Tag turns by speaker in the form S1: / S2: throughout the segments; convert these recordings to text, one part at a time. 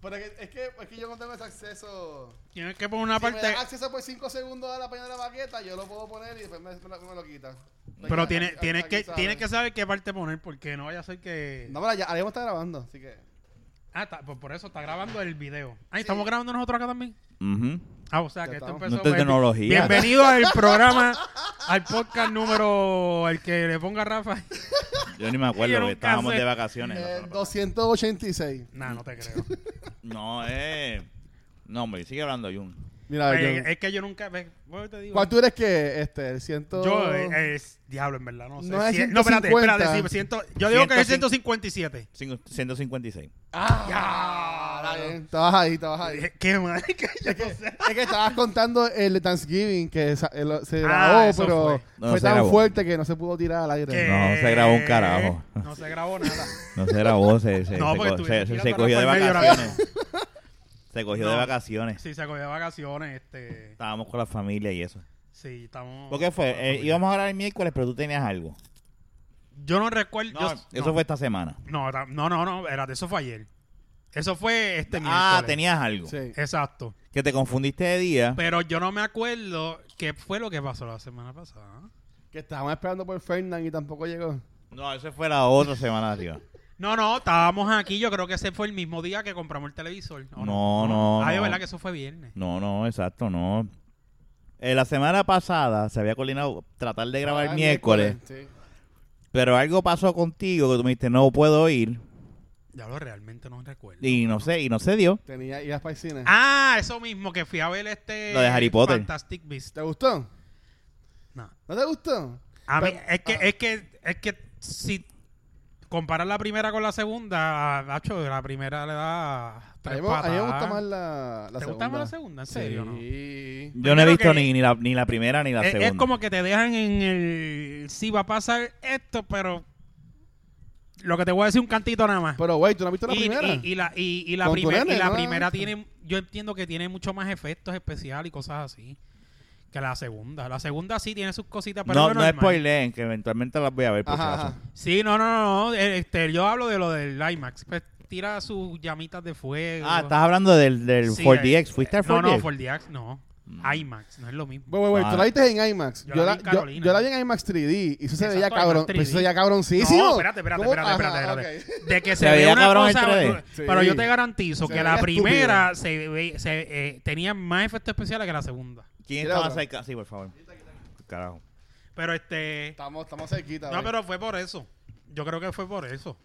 S1: Pero es que, es que, es que yo no tengo ese acceso.
S2: Tienes que poner una
S1: Si me
S2: parte.
S1: dan acceso por 5 segundos a la página de la baqueta, yo lo puedo poner y después me, me lo, me lo quita.
S2: Pero
S1: Aquí-
S2: tienes,
S1: aquí-
S2: tienes,
S1: aquí
S2: que,
S1: sale.
S2: tienes que saber qué parte poner, porque no vaya a ser que.
S1: No, pero ya, Ariel está grabando, así que.
S2: Ah, está- pues por eso está grabando el video. Ah, ¿y estamos grabando nosotros acá también.
S3: Ujú.
S2: Ah, o sea
S1: Ya
S2: que esto
S1: estamos.
S2: empezó.
S3: No te
S2: pues,
S3: tecnología.
S2: Bienvenido al programa, al podcast número. El que le ponga Rafa.
S3: Yo ni me
S2: Yo
S3: acuerdo,
S2: nunca
S3: porque estábamos
S2: sé.
S3: de vacaciones.
S1: Eh,
S3: No, no,
S1: 286.
S2: Nah, no te creo.
S3: No, eh. No, hombre, sigue hablando Jun.
S1: Mira,
S2: Oye, eh,
S1: yo-
S2: es que yo nunca. ve, bueno, te digo,
S1: ¿cuál tú eres que este, el ciento...
S2: Yo, eh, es diablo, en verdad, no sé.
S1: No es
S2: Cien- no, espérate,
S1: 150.
S2: espérate, sí, ciento- yo digo que es 157.
S3: Cinco- 156.
S1: Ah, está bien, estabas ahí, estabas ahí.
S2: Dije, ¿Qué madre? que yo no sé.
S1: Es que estabas contando el de Thanksgiving que sa- el- se
S2: Ah,
S1: grabó,
S2: eso
S1: pero
S2: fue.
S1: fue,
S3: No, se
S1: tan
S3: grabó.
S1: fuerte que no se pudo tirar al aire.
S2: Que-
S3: No, se grabó un carajo.
S2: Este, No se grabó nada.
S3: No se grabó, se, se,
S2: No, pues,
S3: se
S2: porque
S3: co-
S2: estuviste
S3: se- se- se
S2: tirando
S3: cogió de
S2: rafa en medio,
S3: vacaciones. Se cogió de
S2: No.
S3: vacaciones.
S2: Sí, se cogió de vacaciones, este...
S3: Estábamos con la familia y eso.
S2: Sí, estamos...
S3: ¿Por qué fue? Eh, íbamos a hablar el miércoles, pero tú tenías algo.
S2: Yo no recuerdo...
S3: No,
S2: yo-
S3: eso fue esta semana.
S2: No, ta- no, no, no, espérate, eso fue ayer. Eso fue este miércoles.
S3: Ah, tenías algo.
S1: Sí.
S2: Exacto.
S3: Que te confundiste de día.
S2: Pero yo no me acuerdo qué fue lo que pasó la semana pasada.
S1: Que estábamos esperando por Fernán y tampoco llegó.
S3: No, esa fue la otra semana arriba.
S2: No, no, estábamos aquí, yo creo que ese fue el mismo día que compramos el televisor. ¿o
S3: No, no,
S2: Ah, de
S3: no.
S2: verdad que eso fue viernes.
S3: No, no, exacto, no. Eh, la semana pasada se había coordinado tratar de grabar el
S1: Ah,
S3: miércoles,
S1: Sí.
S3: pero algo pasó contigo que tú me dijiste, no puedo ir,
S2: Ya lo realmente no recuerdo.
S3: y no sé, y no se dio.
S1: Tenía idas para el cine.
S2: Ah, eso mismo, que fui a ver este...
S3: Lo de Harry Potter.
S2: Fantastic Beast.
S1: ¿Te gustó?
S2: No.
S1: ¿No te gustó?
S2: A mí,
S1: Pero-
S2: es que,
S1: ah.
S2: es que, es que si comparas la primera con la segunda, Nacho, la primera le da
S1: A
S2: tres
S1: mí, me- a mí me
S2: patadas.
S1: gusta más la, la segunda.
S2: ¿Te gusta más la segunda? ¿En serio, no?
S1: Sí.
S3: Yo no he
S2: Primero
S3: visto
S2: que-
S3: ni, ni la, ni la primera ni la
S2: Es, es
S3: segunda.
S2: como que te dejan en el, si va a pasar esto, pero lo que te voy a decir un cantito nada más.
S1: Pero, güey, ¿tú no has visto Pues, la
S2: y,
S1: primera?
S2: y- y la, y, y la,
S1: Con tu
S2: primer-
S1: nene,
S2: y la
S1: ¿no?
S2: primera tiene, yo entiendo que tiene mucho más efectos especiales y cosas así que la segunda. La segunda sí tiene sus cositas, pero
S3: no,
S2: es lo
S3: no
S2: normal.
S3: spoileen, que eventualmente las voy a ver por si
S1: Ajá,
S3: acaso.
S1: ajá.
S2: Sí, no, no, no, no. eh, Este, yo hablo de lo del IMAX. Pues tira sus llamitas de fuego.
S3: Ah, estás hablando del, del
S2: Sí,
S3: 4DX.
S2: eh,
S3: ¿Fuiste al
S2: No,
S3: 4DX?
S2: no, 4DX no.
S3: Mm.
S2: IMAX, no es lo mismo.
S1: Güey, güey, güey, tú
S3: Vale.
S1: la viste en IMAX.
S2: Yo
S1: Yo,
S2: la
S1: la,
S2: vi en
S1: yo,
S2: Carolina.
S1: yo la vi en IMAX 3D y eso se
S2: Exacto,
S1: veía
S2: IMAX
S1: cabrón.
S2: 3D.
S1: Eso se veía cabroncísimo.
S2: No, espérate, espérate,
S1: ¿Cómo?
S2: espérate, espérate,
S1: Ajá,
S2: espérate.
S1: ok.
S2: De que se,
S3: Se
S2: ve
S3: veía
S2: una
S3: cabrón en
S2: cosa...
S3: 3D.
S2: tú- Pero
S1: Sí.
S2: yo te garantizo
S1: Se
S2: que
S1: veía
S2: la
S1: estúpido.
S2: primera se, ve- se, eh, tenía más efectos especiales que la segunda.
S3: ¿Quién
S1: Mira
S3: estaba
S1: otra.
S3: cerca? Sí, por favor. Carajo.
S2: Pero este...
S1: Estamos, estamos cerquita.
S2: No,
S1: güey.
S2: pero fue por eso. Yo creo que fue por eso.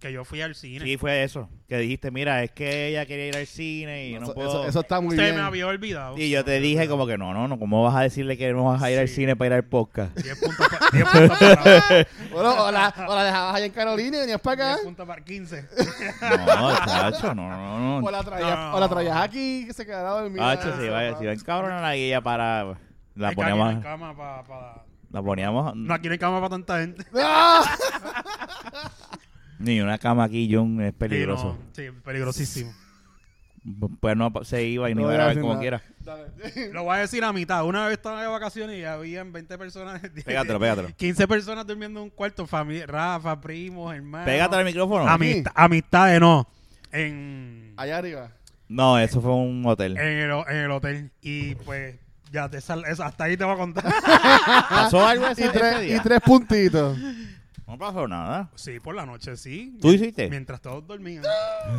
S2: Que yo fui al cine.
S3: Sí, fue eso. Que dijiste, mira, es que ella quería ir al cine y
S1: Eso-
S3: no
S1: eso,
S3: puedo.
S1: eso está muy
S2: se
S1: bien.
S2: me había olvidado.
S3: Y yo te dije como que no, no, no, ¿cómo vas a decirle que no vas a ir al
S2: Sí.
S3: cine para ir al podcast?
S2: 10 puntos pa- 10 puntos para...
S1: Bueno, o la, o la dejabas allá en Carolina y venías para
S2: 10
S1: acá.
S2: puntos para 15.
S3: No, chacho, no, no,
S1: O
S3: no.
S1: la traías,
S2: No.
S1: o la traías aquí que se quedaba dormida.
S3: Chacho, si va, si va
S1: Eso,
S3: en cabrón a la guía para... La
S2: Es que aquí no hay
S3: poníamos...
S2: cama pa- pa-
S3: La poníamos...
S2: No, aquí no hay cama para tanta gente.
S1: ¡Ah!
S3: Ni una cama aquí, John, es peligroso.
S2: Sí, no, sí, peligrosísimo.
S3: Pues no, se iba y no
S1: No
S3: iba a grabar
S1: voy a
S3: como
S1: hacer
S3: quiera.
S1: Dale.
S2: Lo voy a decir a mitad. Una vez estaba de vacaciones y habían 20 personas.
S3: Pégatelo, pégatelo.
S2: 15 personas durmiendo en un cuarto. Familia, Rafa, primos, hermanos.
S3: Pégate al micrófono.
S2: Amist- Amistades, no. En,
S1: Allá arriba.
S3: No, eso fue un hotel.
S2: en, el, en el hotel. Y pues, ya, te sal- esa- hasta ahí te voy a contar.
S3: ¿Pasó algo
S1: Y
S3: así
S1: tres, y tres puntitos.
S3: No pasó nada.
S2: sí, por la noche, sí.
S3: ¿Tú hiciste?
S2: Mientras todos dormían.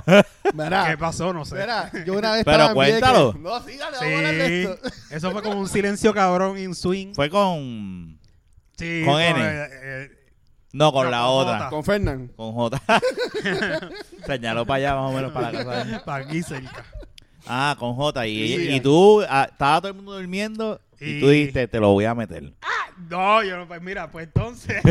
S2: ¿Qué
S1: Mira,
S2: pasó? No sé.
S1: mira, yo una vez
S3: Pero
S1: estaba en Vieques.
S3: cuéntalo.
S1: No, sí, dale, vamos a hablar de
S2: Sí.
S1: esto.
S2: Eso fue como un silencio cabrón en swing.
S3: Fue con...
S2: Sí,
S3: con
S2: fue,
S3: N.
S2: eh, eh,
S3: No, con
S2: No,
S3: la
S2: con
S3: otra.
S2: Jota.
S1: Con Fernán.
S3: Con J. Señaló para allá, más o menos, para la casa. de él.
S2: para aquí cerca.
S3: Ah, con J. Y,
S1: Sí,
S3: y
S1: aquí.
S3: tú, ah, estaba todo el mundo durmiendo y, tú
S2: Y-
S3: dijiste, te lo voy a meter.
S2: No, yo no, pues mira, pues entonces.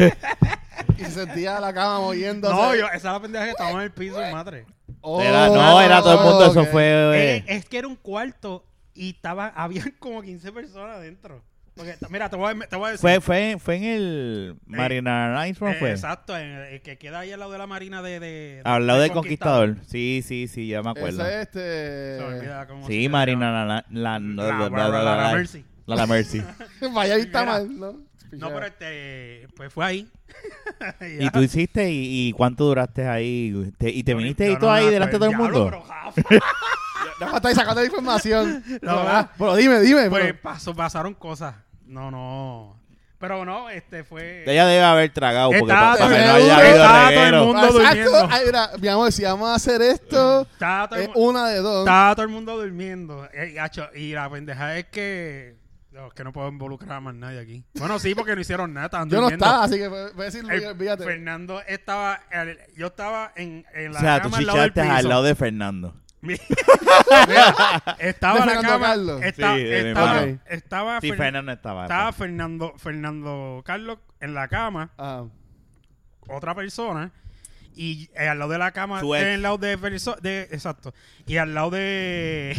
S1: Y se sentía la cama moviendo.
S2: no, yo, esa es la pendeja que estaba en el piso, madre.
S1: Oh,
S3: Era- no, era todo el mundo, eso fue...
S2: Eh,
S3: eh,
S2: es que era un cuarto y estaba, habían como 15 personas adentro. Porque, t- mira, te voy a, te voy a decir.
S3: fue, fue, fue en el
S2: Eh,
S3: Marina Nice
S2: eh,
S3: fue.
S2: Exacto, en el, el que queda ahí al lado de la marina de. de
S3: Al lado del conquistador. Sí, sí, sí, ya me
S1: Eso
S3: acuerdo.
S1: es
S2: Se me
S1: este.
S2: olvida cómo
S3: Sí,
S2: se
S3: Marina la la
S2: La-
S3: la
S2: la- la- la- la Mercy.
S3: La la Mercy.
S1: Vaya vista
S2: Mira.
S1: mal, ¿no?
S2: No, pero este, pues fue ahí.
S3: Y tú hiciste y, y cuánto duraste ahí. Te- y te viniste y todo ahí delante de
S2: pues,
S3: todo el mundo.
S1: Ya me estáis sacando la información. No,
S2: No, ¿verdad?
S1: Pero dime, dime.
S2: Pues
S1: pero-
S2: pasó- pasaron cosas. No, no. Pero no, este fue.
S3: Ella debe haber tragado porque
S2: Estaba
S3: pa- para que no
S1: seguro,
S3: haya habido
S2: estaba todo el
S3: reguero.
S2: mundo durmiendo.
S1: Ay, mira, mi amor, si vamos a hacer esto,
S2: Estaba todo el
S1: es
S2: mu-
S1: una de dos.
S2: Estaba todo el mundo durmiendo. Eh, hacho, y la pendeja es que. no, es que no puedo involucrar a más nadie aquí. Bueno, sí, porque no hicieron nada. Estaban
S1: Yo no
S2: durmiendo. Eh,
S1: estaba, así que voy a decir,
S2: El-
S1: fíjate.
S2: Fernando estaba. el- yo estaba en, en
S3: O
S2: la
S3: sea, tú
S2: cama al lado del
S3: chichaste al
S2: piso.
S3: lado de Fernando.
S2: Mira, estaba
S1: De
S2: la
S1: Fernando
S2: cama.
S1: Carlos.
S2: esta-
S3: Sí, de mi
S2: estaba,
S1: hermano.
S2: estaba,
S3: Sí,
S2: Fer-
S3: Fernando estaba. pues.
S2: estaba Fernando, Fernando Carlos en la cama,
S1: Ah,
S2: otra persona. Y eh, al lado de la cama,
S3: Su ex.
S2: en el lado de, Ferso- de exacto. Y al lado de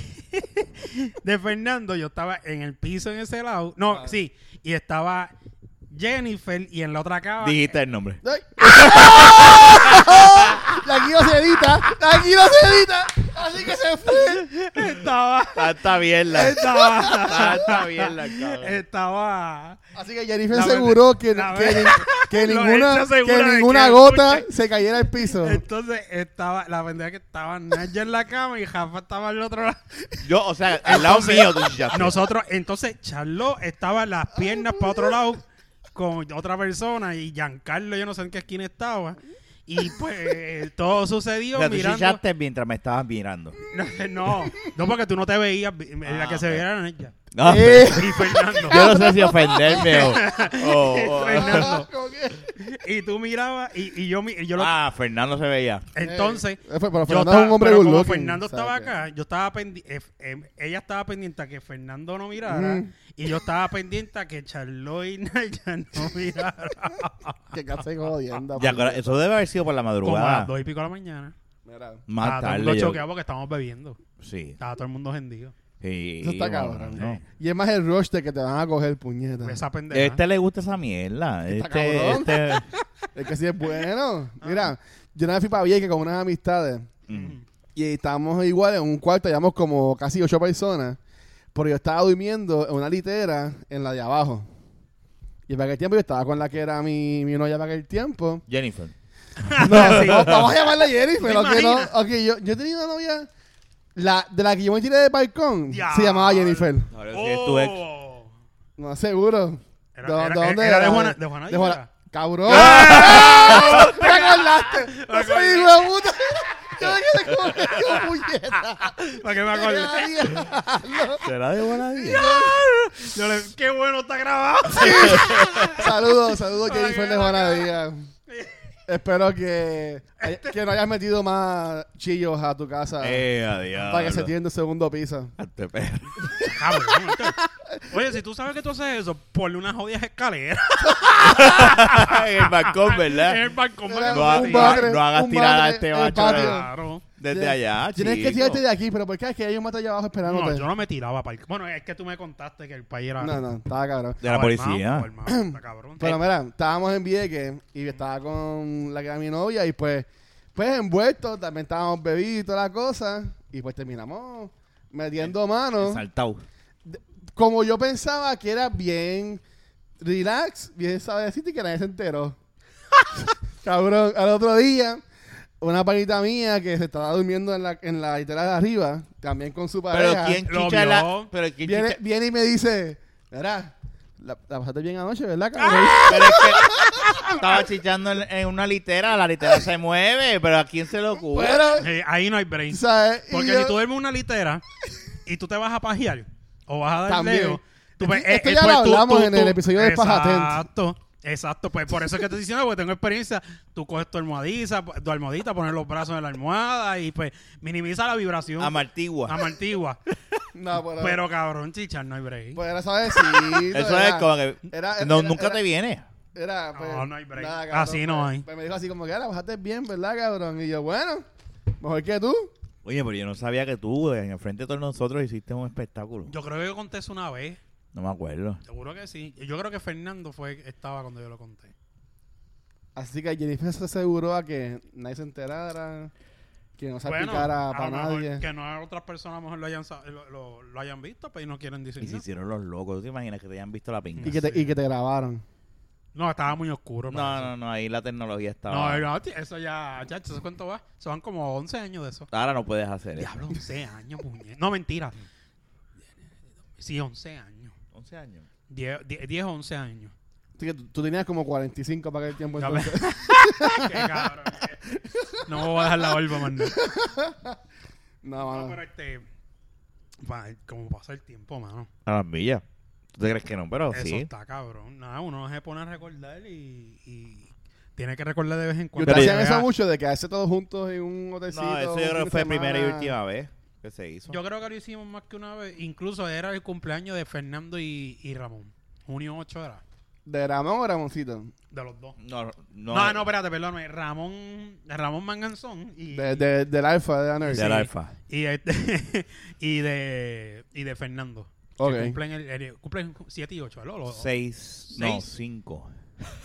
S2: de Fernando, yo estaba en el piso en ese lado. No,
S1: Ah.
S2: sí. Y estaba Jennifer y en la otra cama.
S3: Dijiste el nombre.
S1: Ay. De aquí no se edita, de aquí no se edita. Así que se fue.
S2: Estaba.
S3: Tanta mierda.
S2: Estaba. Eh,
S3: Tanta mierda, cabrón.
S2: Estaba.
S1: Así que Jennifer
S2: La
S1: aseguró que,
S2: la
S1: que,
S2: verdad.
S1: ni- que
S2: Lo
S1: ninguna,
S2: hecho segura
S1: que
S2: de que
S1: ninguna
S2: él
S1: gota
S2: escuche.
S1: se cayera al piso.
S2: Entonces estaba la pendeja que estaba Naya en la cama y Rafa estaba al otro lado.
S3: Yo, o sea, al lado mío tú chichaste.
S2: Nosotros, entonces Charlo estaba las piernas para otro lado con otra persona y Giancarlo, yo no sé en qué esquina estaba. Y pues eh, todo
S3: O
S2: sucedió
S3: sea, tú
S2: mirando.
S3: chichaste mientras me estabas mirando.
S2: No, no, no, porque tú no te veías, vi- eh, la
S3: Ah,
S2: que se
S3: ok.
S2: veía era Naya.
S3: No,
S1: Eh,
S2: Y Fernando.
S3: Yo no sé si ofenderme o... o- o-
S2: Fernando.
S1: como que-
S2: Y tú mirabas y, y yo, mi- yo lo-
S3: Ah, Fernando se veía.
S2: Entonces,
S1: Eh, fue- pero
S2: Yo
S1: Fernando
S2: estaba-
S1: es un hombre
S2: pero
S1: good
S2: como
S1: looking,
S2: Fernando
S1: ¿sabes
S2: estaba
S1: qué?
S2: acá, yo estaba pendiente, em, ella estaba pendiente a que Fernando no mirara
S1: Mm.
S2: y yo estaba pendiente a que Charlotte y Naya no mirara.
S1: Que casi jodiendo.
S3: Ya, ahora, eso debe haber sido por la
S2: como a las
S3: madrugada.
S2: dos y pico de la mañana.
S1: Mira,
S3: Más
S2: estaba Ah, todo el mundo
S3: tarde. yo-
S2: choqueado porque estábamos bebiendo.
S3: Sí.
S2: Estaba todo el mundo hendido.
S3: Sí,
S1: Eso está
S3: bueno,
S1: cabrón.
S3: no.
S1: Y es más el rush de que te van a coger puñetas.
S2: Esa pendeja.
S3: Este le gusta esa mierda.
S1: Está
S3: Este,
S1: cabrón.
S3: este...
S1: Es que sí es bueno. Mira, yo una vez fui para Vieques con unas amistades
S3: Mm.
S1: y estábamos igual en un cuarto, llevamos como casi ocho personas, pero yo estaba durmiendo en una litera en la de abajo. Y para aquel tiempo yo estaba con la que era mi, mi novia para aquel tiempo.
S3: Jennifer.
S1: No, no, vamos a llamarla Jenny, pero
S2: ¿Te
S1: que no.
S2: imaginas?
S1: Ok, yo, yo tenía una novia, la, de la que yo me tiré de balcón, se
S2: Diablo.
S1: llamaba Jennifer.
S3: Ahora sí es tu ex.
S2: Oh.
S1: No, seguro.
S2: Era-
S1: ¿De-
S2: era-
S1: de dónde
S2: era de
S1: era?
S2: Juana- de Juana ¡Ah!
S1: De Juana-
S2: Díaz.
S1: ¡Cabrón! ¡Te acordaste! ¡No soy hijo de puta! Yo me quedé como que yo, puñeta.
S2: ¿Para qué me acordé?
S1: Diablo.
S3: ¿Será de buena vida?
S2: Yo le- ¡Qué bueno está grabado!
S1: Saludos, saludos,
S2: Ay,
S1: Jennifer de
S2: mira,
S1: Juana Díaz. Espero que, que no hayas metido más chillos a tu casa
S3: Eh, adiós.
S1: para que se tienda el segundo piso.
S3: Este perro.
S2: Cabrón, Oye, si tú sabes que tú haces eso, ponle unas jodidas escaleras
S3: en el balcón,
S2: en
S3: ¿verdad?
S2: el balcón. para
S1: Era
S2: que
S3: No, ha-
S2: te
S1: un
S3: no, ha-
S1: bagre,
S3: no hagas
S1: un
S3: tirar a
S1: bagre
S3: este
S1: en el
S3: macho
S1: patio.
S3: de-
S2: Claro.
S3: desde allá.
S1: Tienes que
S3: chico.
S1: tirarte de aquí, pero ¿por qué es que hay un mate allá abajo
S2: No,
S1: esperándote?
S2: yo no me tiraba para el... Bueno, es que tú me contaste que el país era...
S1: no, no, estaba cabrón.
S3: De la policía. Eh.
S1: Pero mira, estábamos en Vieques y estaba con la que era mi novia y pues, pues envueltos, también estábamos bebidos y toda la cosa y pues terminamos
S3: Eh,
S1: metiendo mano.
S3: Saltau.
S1: Como yo pensaba que era bien relax, bien sabecito y que nadie se enteró. Cabrón, al otro día, una panita mía que se estaba durmiendo en la, en la litera de arriba, también con su
S3: Pero
S1: pareja.
S3: quién
S2: Lo vio.
S3: chicha la. Pero quién
S1: Viene,
S3: chicha.
S1: viene y me dice, mira, la, la pasaste bien anoche, ¿verdad, cabrón?
S3: Pero es que estaba chichando en, en una litera. La litera se mueve. Pero ¿a quién se le ocurre?
S1: Pero,
S2: Eh, ahí no hay brain.
S1: ¿sabes? Y
S2: Porque
S1: yo-
S2: si tú duermes una litera y tú te vas a pajear o vas a dar
S1: También.
S2: leo, pues, tú,
S1: Esto- esto ya lo hablamos en el episodio de Paja Tent.
S2: Exacto. Exacto, pues por eso es que te estoy diciendo, porque tengo experiencia. Tú coges tu almohadiza, tu almohadita, pones los brazos en la almohada y pues minimiza la vibración.
S3: Amartigua.
S2: Amartigua.
S1: No, pero...
S2: Pero cabrón, chichar, no hay break.
S1: pues era sabecito,
S3: Eso
S1: era-
S3: es como que.
S1: era- era-
S3: no,
S1: era-
S3: nunca
S1: era-
S3: te viene.
S1: Era, pues,
S2: No, no hay break.
S1: nada, cabrón,
S2: Así no
S1: pues,
S2: hay.
S1: pues me dijo así como que, la bajaste bien, ¿verdad, cabrón? Y yo, bueno, mejor que tú.
S3: Oye, pero yo no sabía que tú, en el frente de todos nosotros, hiciste un espectáculo.
S2: Yo creo que yo conté eso una vez.
S3: No me acuerdo.
S2: Seguro que sí. Yo creo que Fernando fue estaba cuando yo lo conté.
S1: Así que Jennifer se aseguró a que nadie se enterara, que no se aplicara
S2: a
S1: para
S2: lo mejor
S1: nadie.
S2: que no a otras personas a lo mejor lo hayan, sa- lo, lo- lo hayan visto, pero y no quieren decir
S3: Y se
S2: nada.
S3: hicieron los locos. ¿Tú te imaginas que te hayan visto la pinga?
S1: Y que, te, y que te grabaron.
S2: No, estaba muy oscuro.
S3: No,
S2: para eso.
S3: no, no, ahí la tecnología estaba.
S2: No, no, tío, eso ya, ya, ¿eso cuánto va? Eso van como 11 años de eso.
S3: Ahora no puedes hacer eso.
S2: Diablo, 11 años, puñet. No, mentira. Sí, 11 años.
S3: 11 años.
S2: 10, 10, 10 11 años.
S1: Así que tú, tú tenías como 45 para aquel tiempo.
S2: Ya
S1: entonces.
S2: Qué cabrón. eh. No me voy a dejar la barba, man.
S3: Ah,
S2: No,
S1: No, mano.
S2: pero este... va, Como pasa el tiempo, mano.
S3: A las millas. ¿Tú te crees que no? Pero
S2: Eso
S3: Oh, sí.
S2: está cabrón. Nada, uno se pone a recordar y, y tiene que recordar de vez en
S1: Y
S2: cuando.
S1: ustedes hacían
S2: Vea,
S1: eso mucho de quedarse todos juntos en un hotelcito.
S3: No, eso
S1: Pues un
S3: yo
S1: fin
S3: creo
S1: de
S3: que fue
S1: semana.
S3: primera y última vez que se hizo.
S2: Yo creo que lo hicimos más que una vez. Incluso era el cumpleaños de Fernando y, y Ramón. Junio 8 era.
S1: ¿De Ramón o Ramoncito?
S2: De los dos.
S3: No,
S2: No,
S3: no.
S1: eh.
S2: no, espérate, perdóname. Ramón, Ramón Manganzón y,
S1: De, de- del Alfa, de Aner.
S3: Del
S2: Sí.
S3: alfa.
S2: y, este- y de y de Fernando. que
S1: Ok.
S2: cumplen el, el- cumplen 7 y 8, ¿verdad? Los-
S3: 6. No,
S2: Seis.
S3: 5.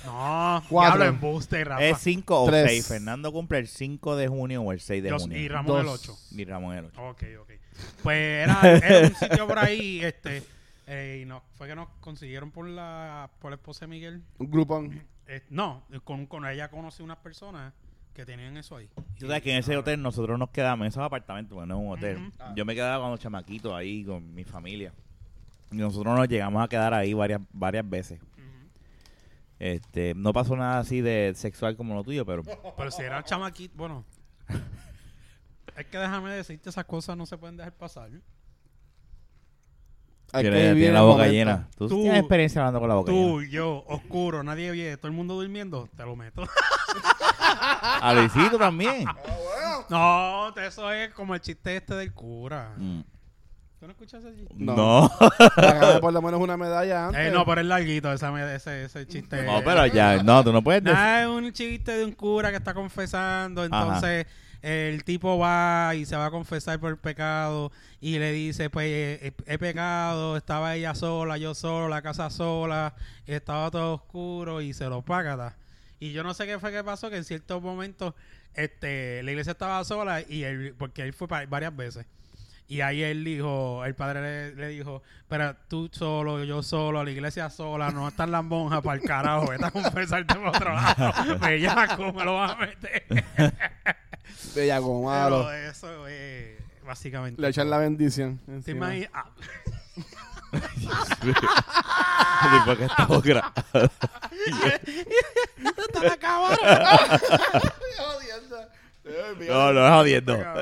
S2: No,
S1: Cuatro.
S2: diablo embuste, Rafa.
S3: Es 5 o
S1: Tres.
S3: 6. Fernando cumple el 5 de junio o el 6 de
S2: Yo-
S3: junio.
S2: y Ramón el
S1: Dos.
S2: 8.
S3: Y Ramón el 8.
S2: Ok, ok. Pues era, era un sitio por ahí, este, eh, y no, fue que nos consiguieron por la, por la esposa de Miguel.
S1: Un grupón.
S2: Eh, no, con, con ella conocí unas personas que tenían eso ahí. Ah,
S3: Tú sabes que en ese hotel nosotros nos quedamos, en esos apartamentos, porque no es un hotel.
S2: Ujú.
S1: Ah.
S3: Yo me quedaba con los chamaquitos ahí, con mi familia. Y nosotros nos llegamos a quedar ahí varias, varias veces.
S2: Ujú.
S3: Este, no pasó nada así de sexual como lo tuyo, pero
S2: Pero si era chamaquito, bueno. es que déjame decirte, esas cosas no se pueden dejar pasar.
S1: Hay que
S3: tiene, tiene
S1: vivir el
S3: la boca
S1: momento.
S3: llena. Tú,
S2: Tú-
S3: tienes experiencia hablando con la boca llena.
S2: Tú, yo, oscuro, nadie ve, todo el mundo durmiendo, te lo meto.
S3: A Luisito también.
S2: no, eso es como el chiste este del cura.
S3: Mm.
S2: ¿Tú no escuchas ese chiste?
S1: No.
S3: No.
S1: Para ganar por lo menos una medalla antes.
S2: Eh, no, pero es larguito esa me- ese, ese chiste.
S3: No, pero ya, no, tú no puedes decir.
S2: Nada, es un chiste de un cura que está confesando. Entonces, el tipo va y se va a confesar por el pecado. Y le dice: Pues eh, eh, he, pecado, estaba ella sola, yo solo, la casa sola, estaba todo oscuro y se lo paga. Y yo no sé qué fue que pasó, que en ciertos momentos este, la iglesia estaba sola y él, porque él fue pa- varias veces. Y ahí él dijo, el padre le, le dijo, pero tú solo, yo solo, la iglesia sola, no están las monjas para el carajo, vete a confesarte por otro lado, bellaco, me lo vas a meter.
S1: Bella Gomalo.
S2: Pero eso es básicamente.
S1: Le echan la bendición.
S2: ¿Te
S1: encima.
S2: imaginas? Ah, Ah.
S3: Tipo que está ogra.
S1: eh.
S2: está la cámara.
S3: No, no es jodiendo.
S1: Yo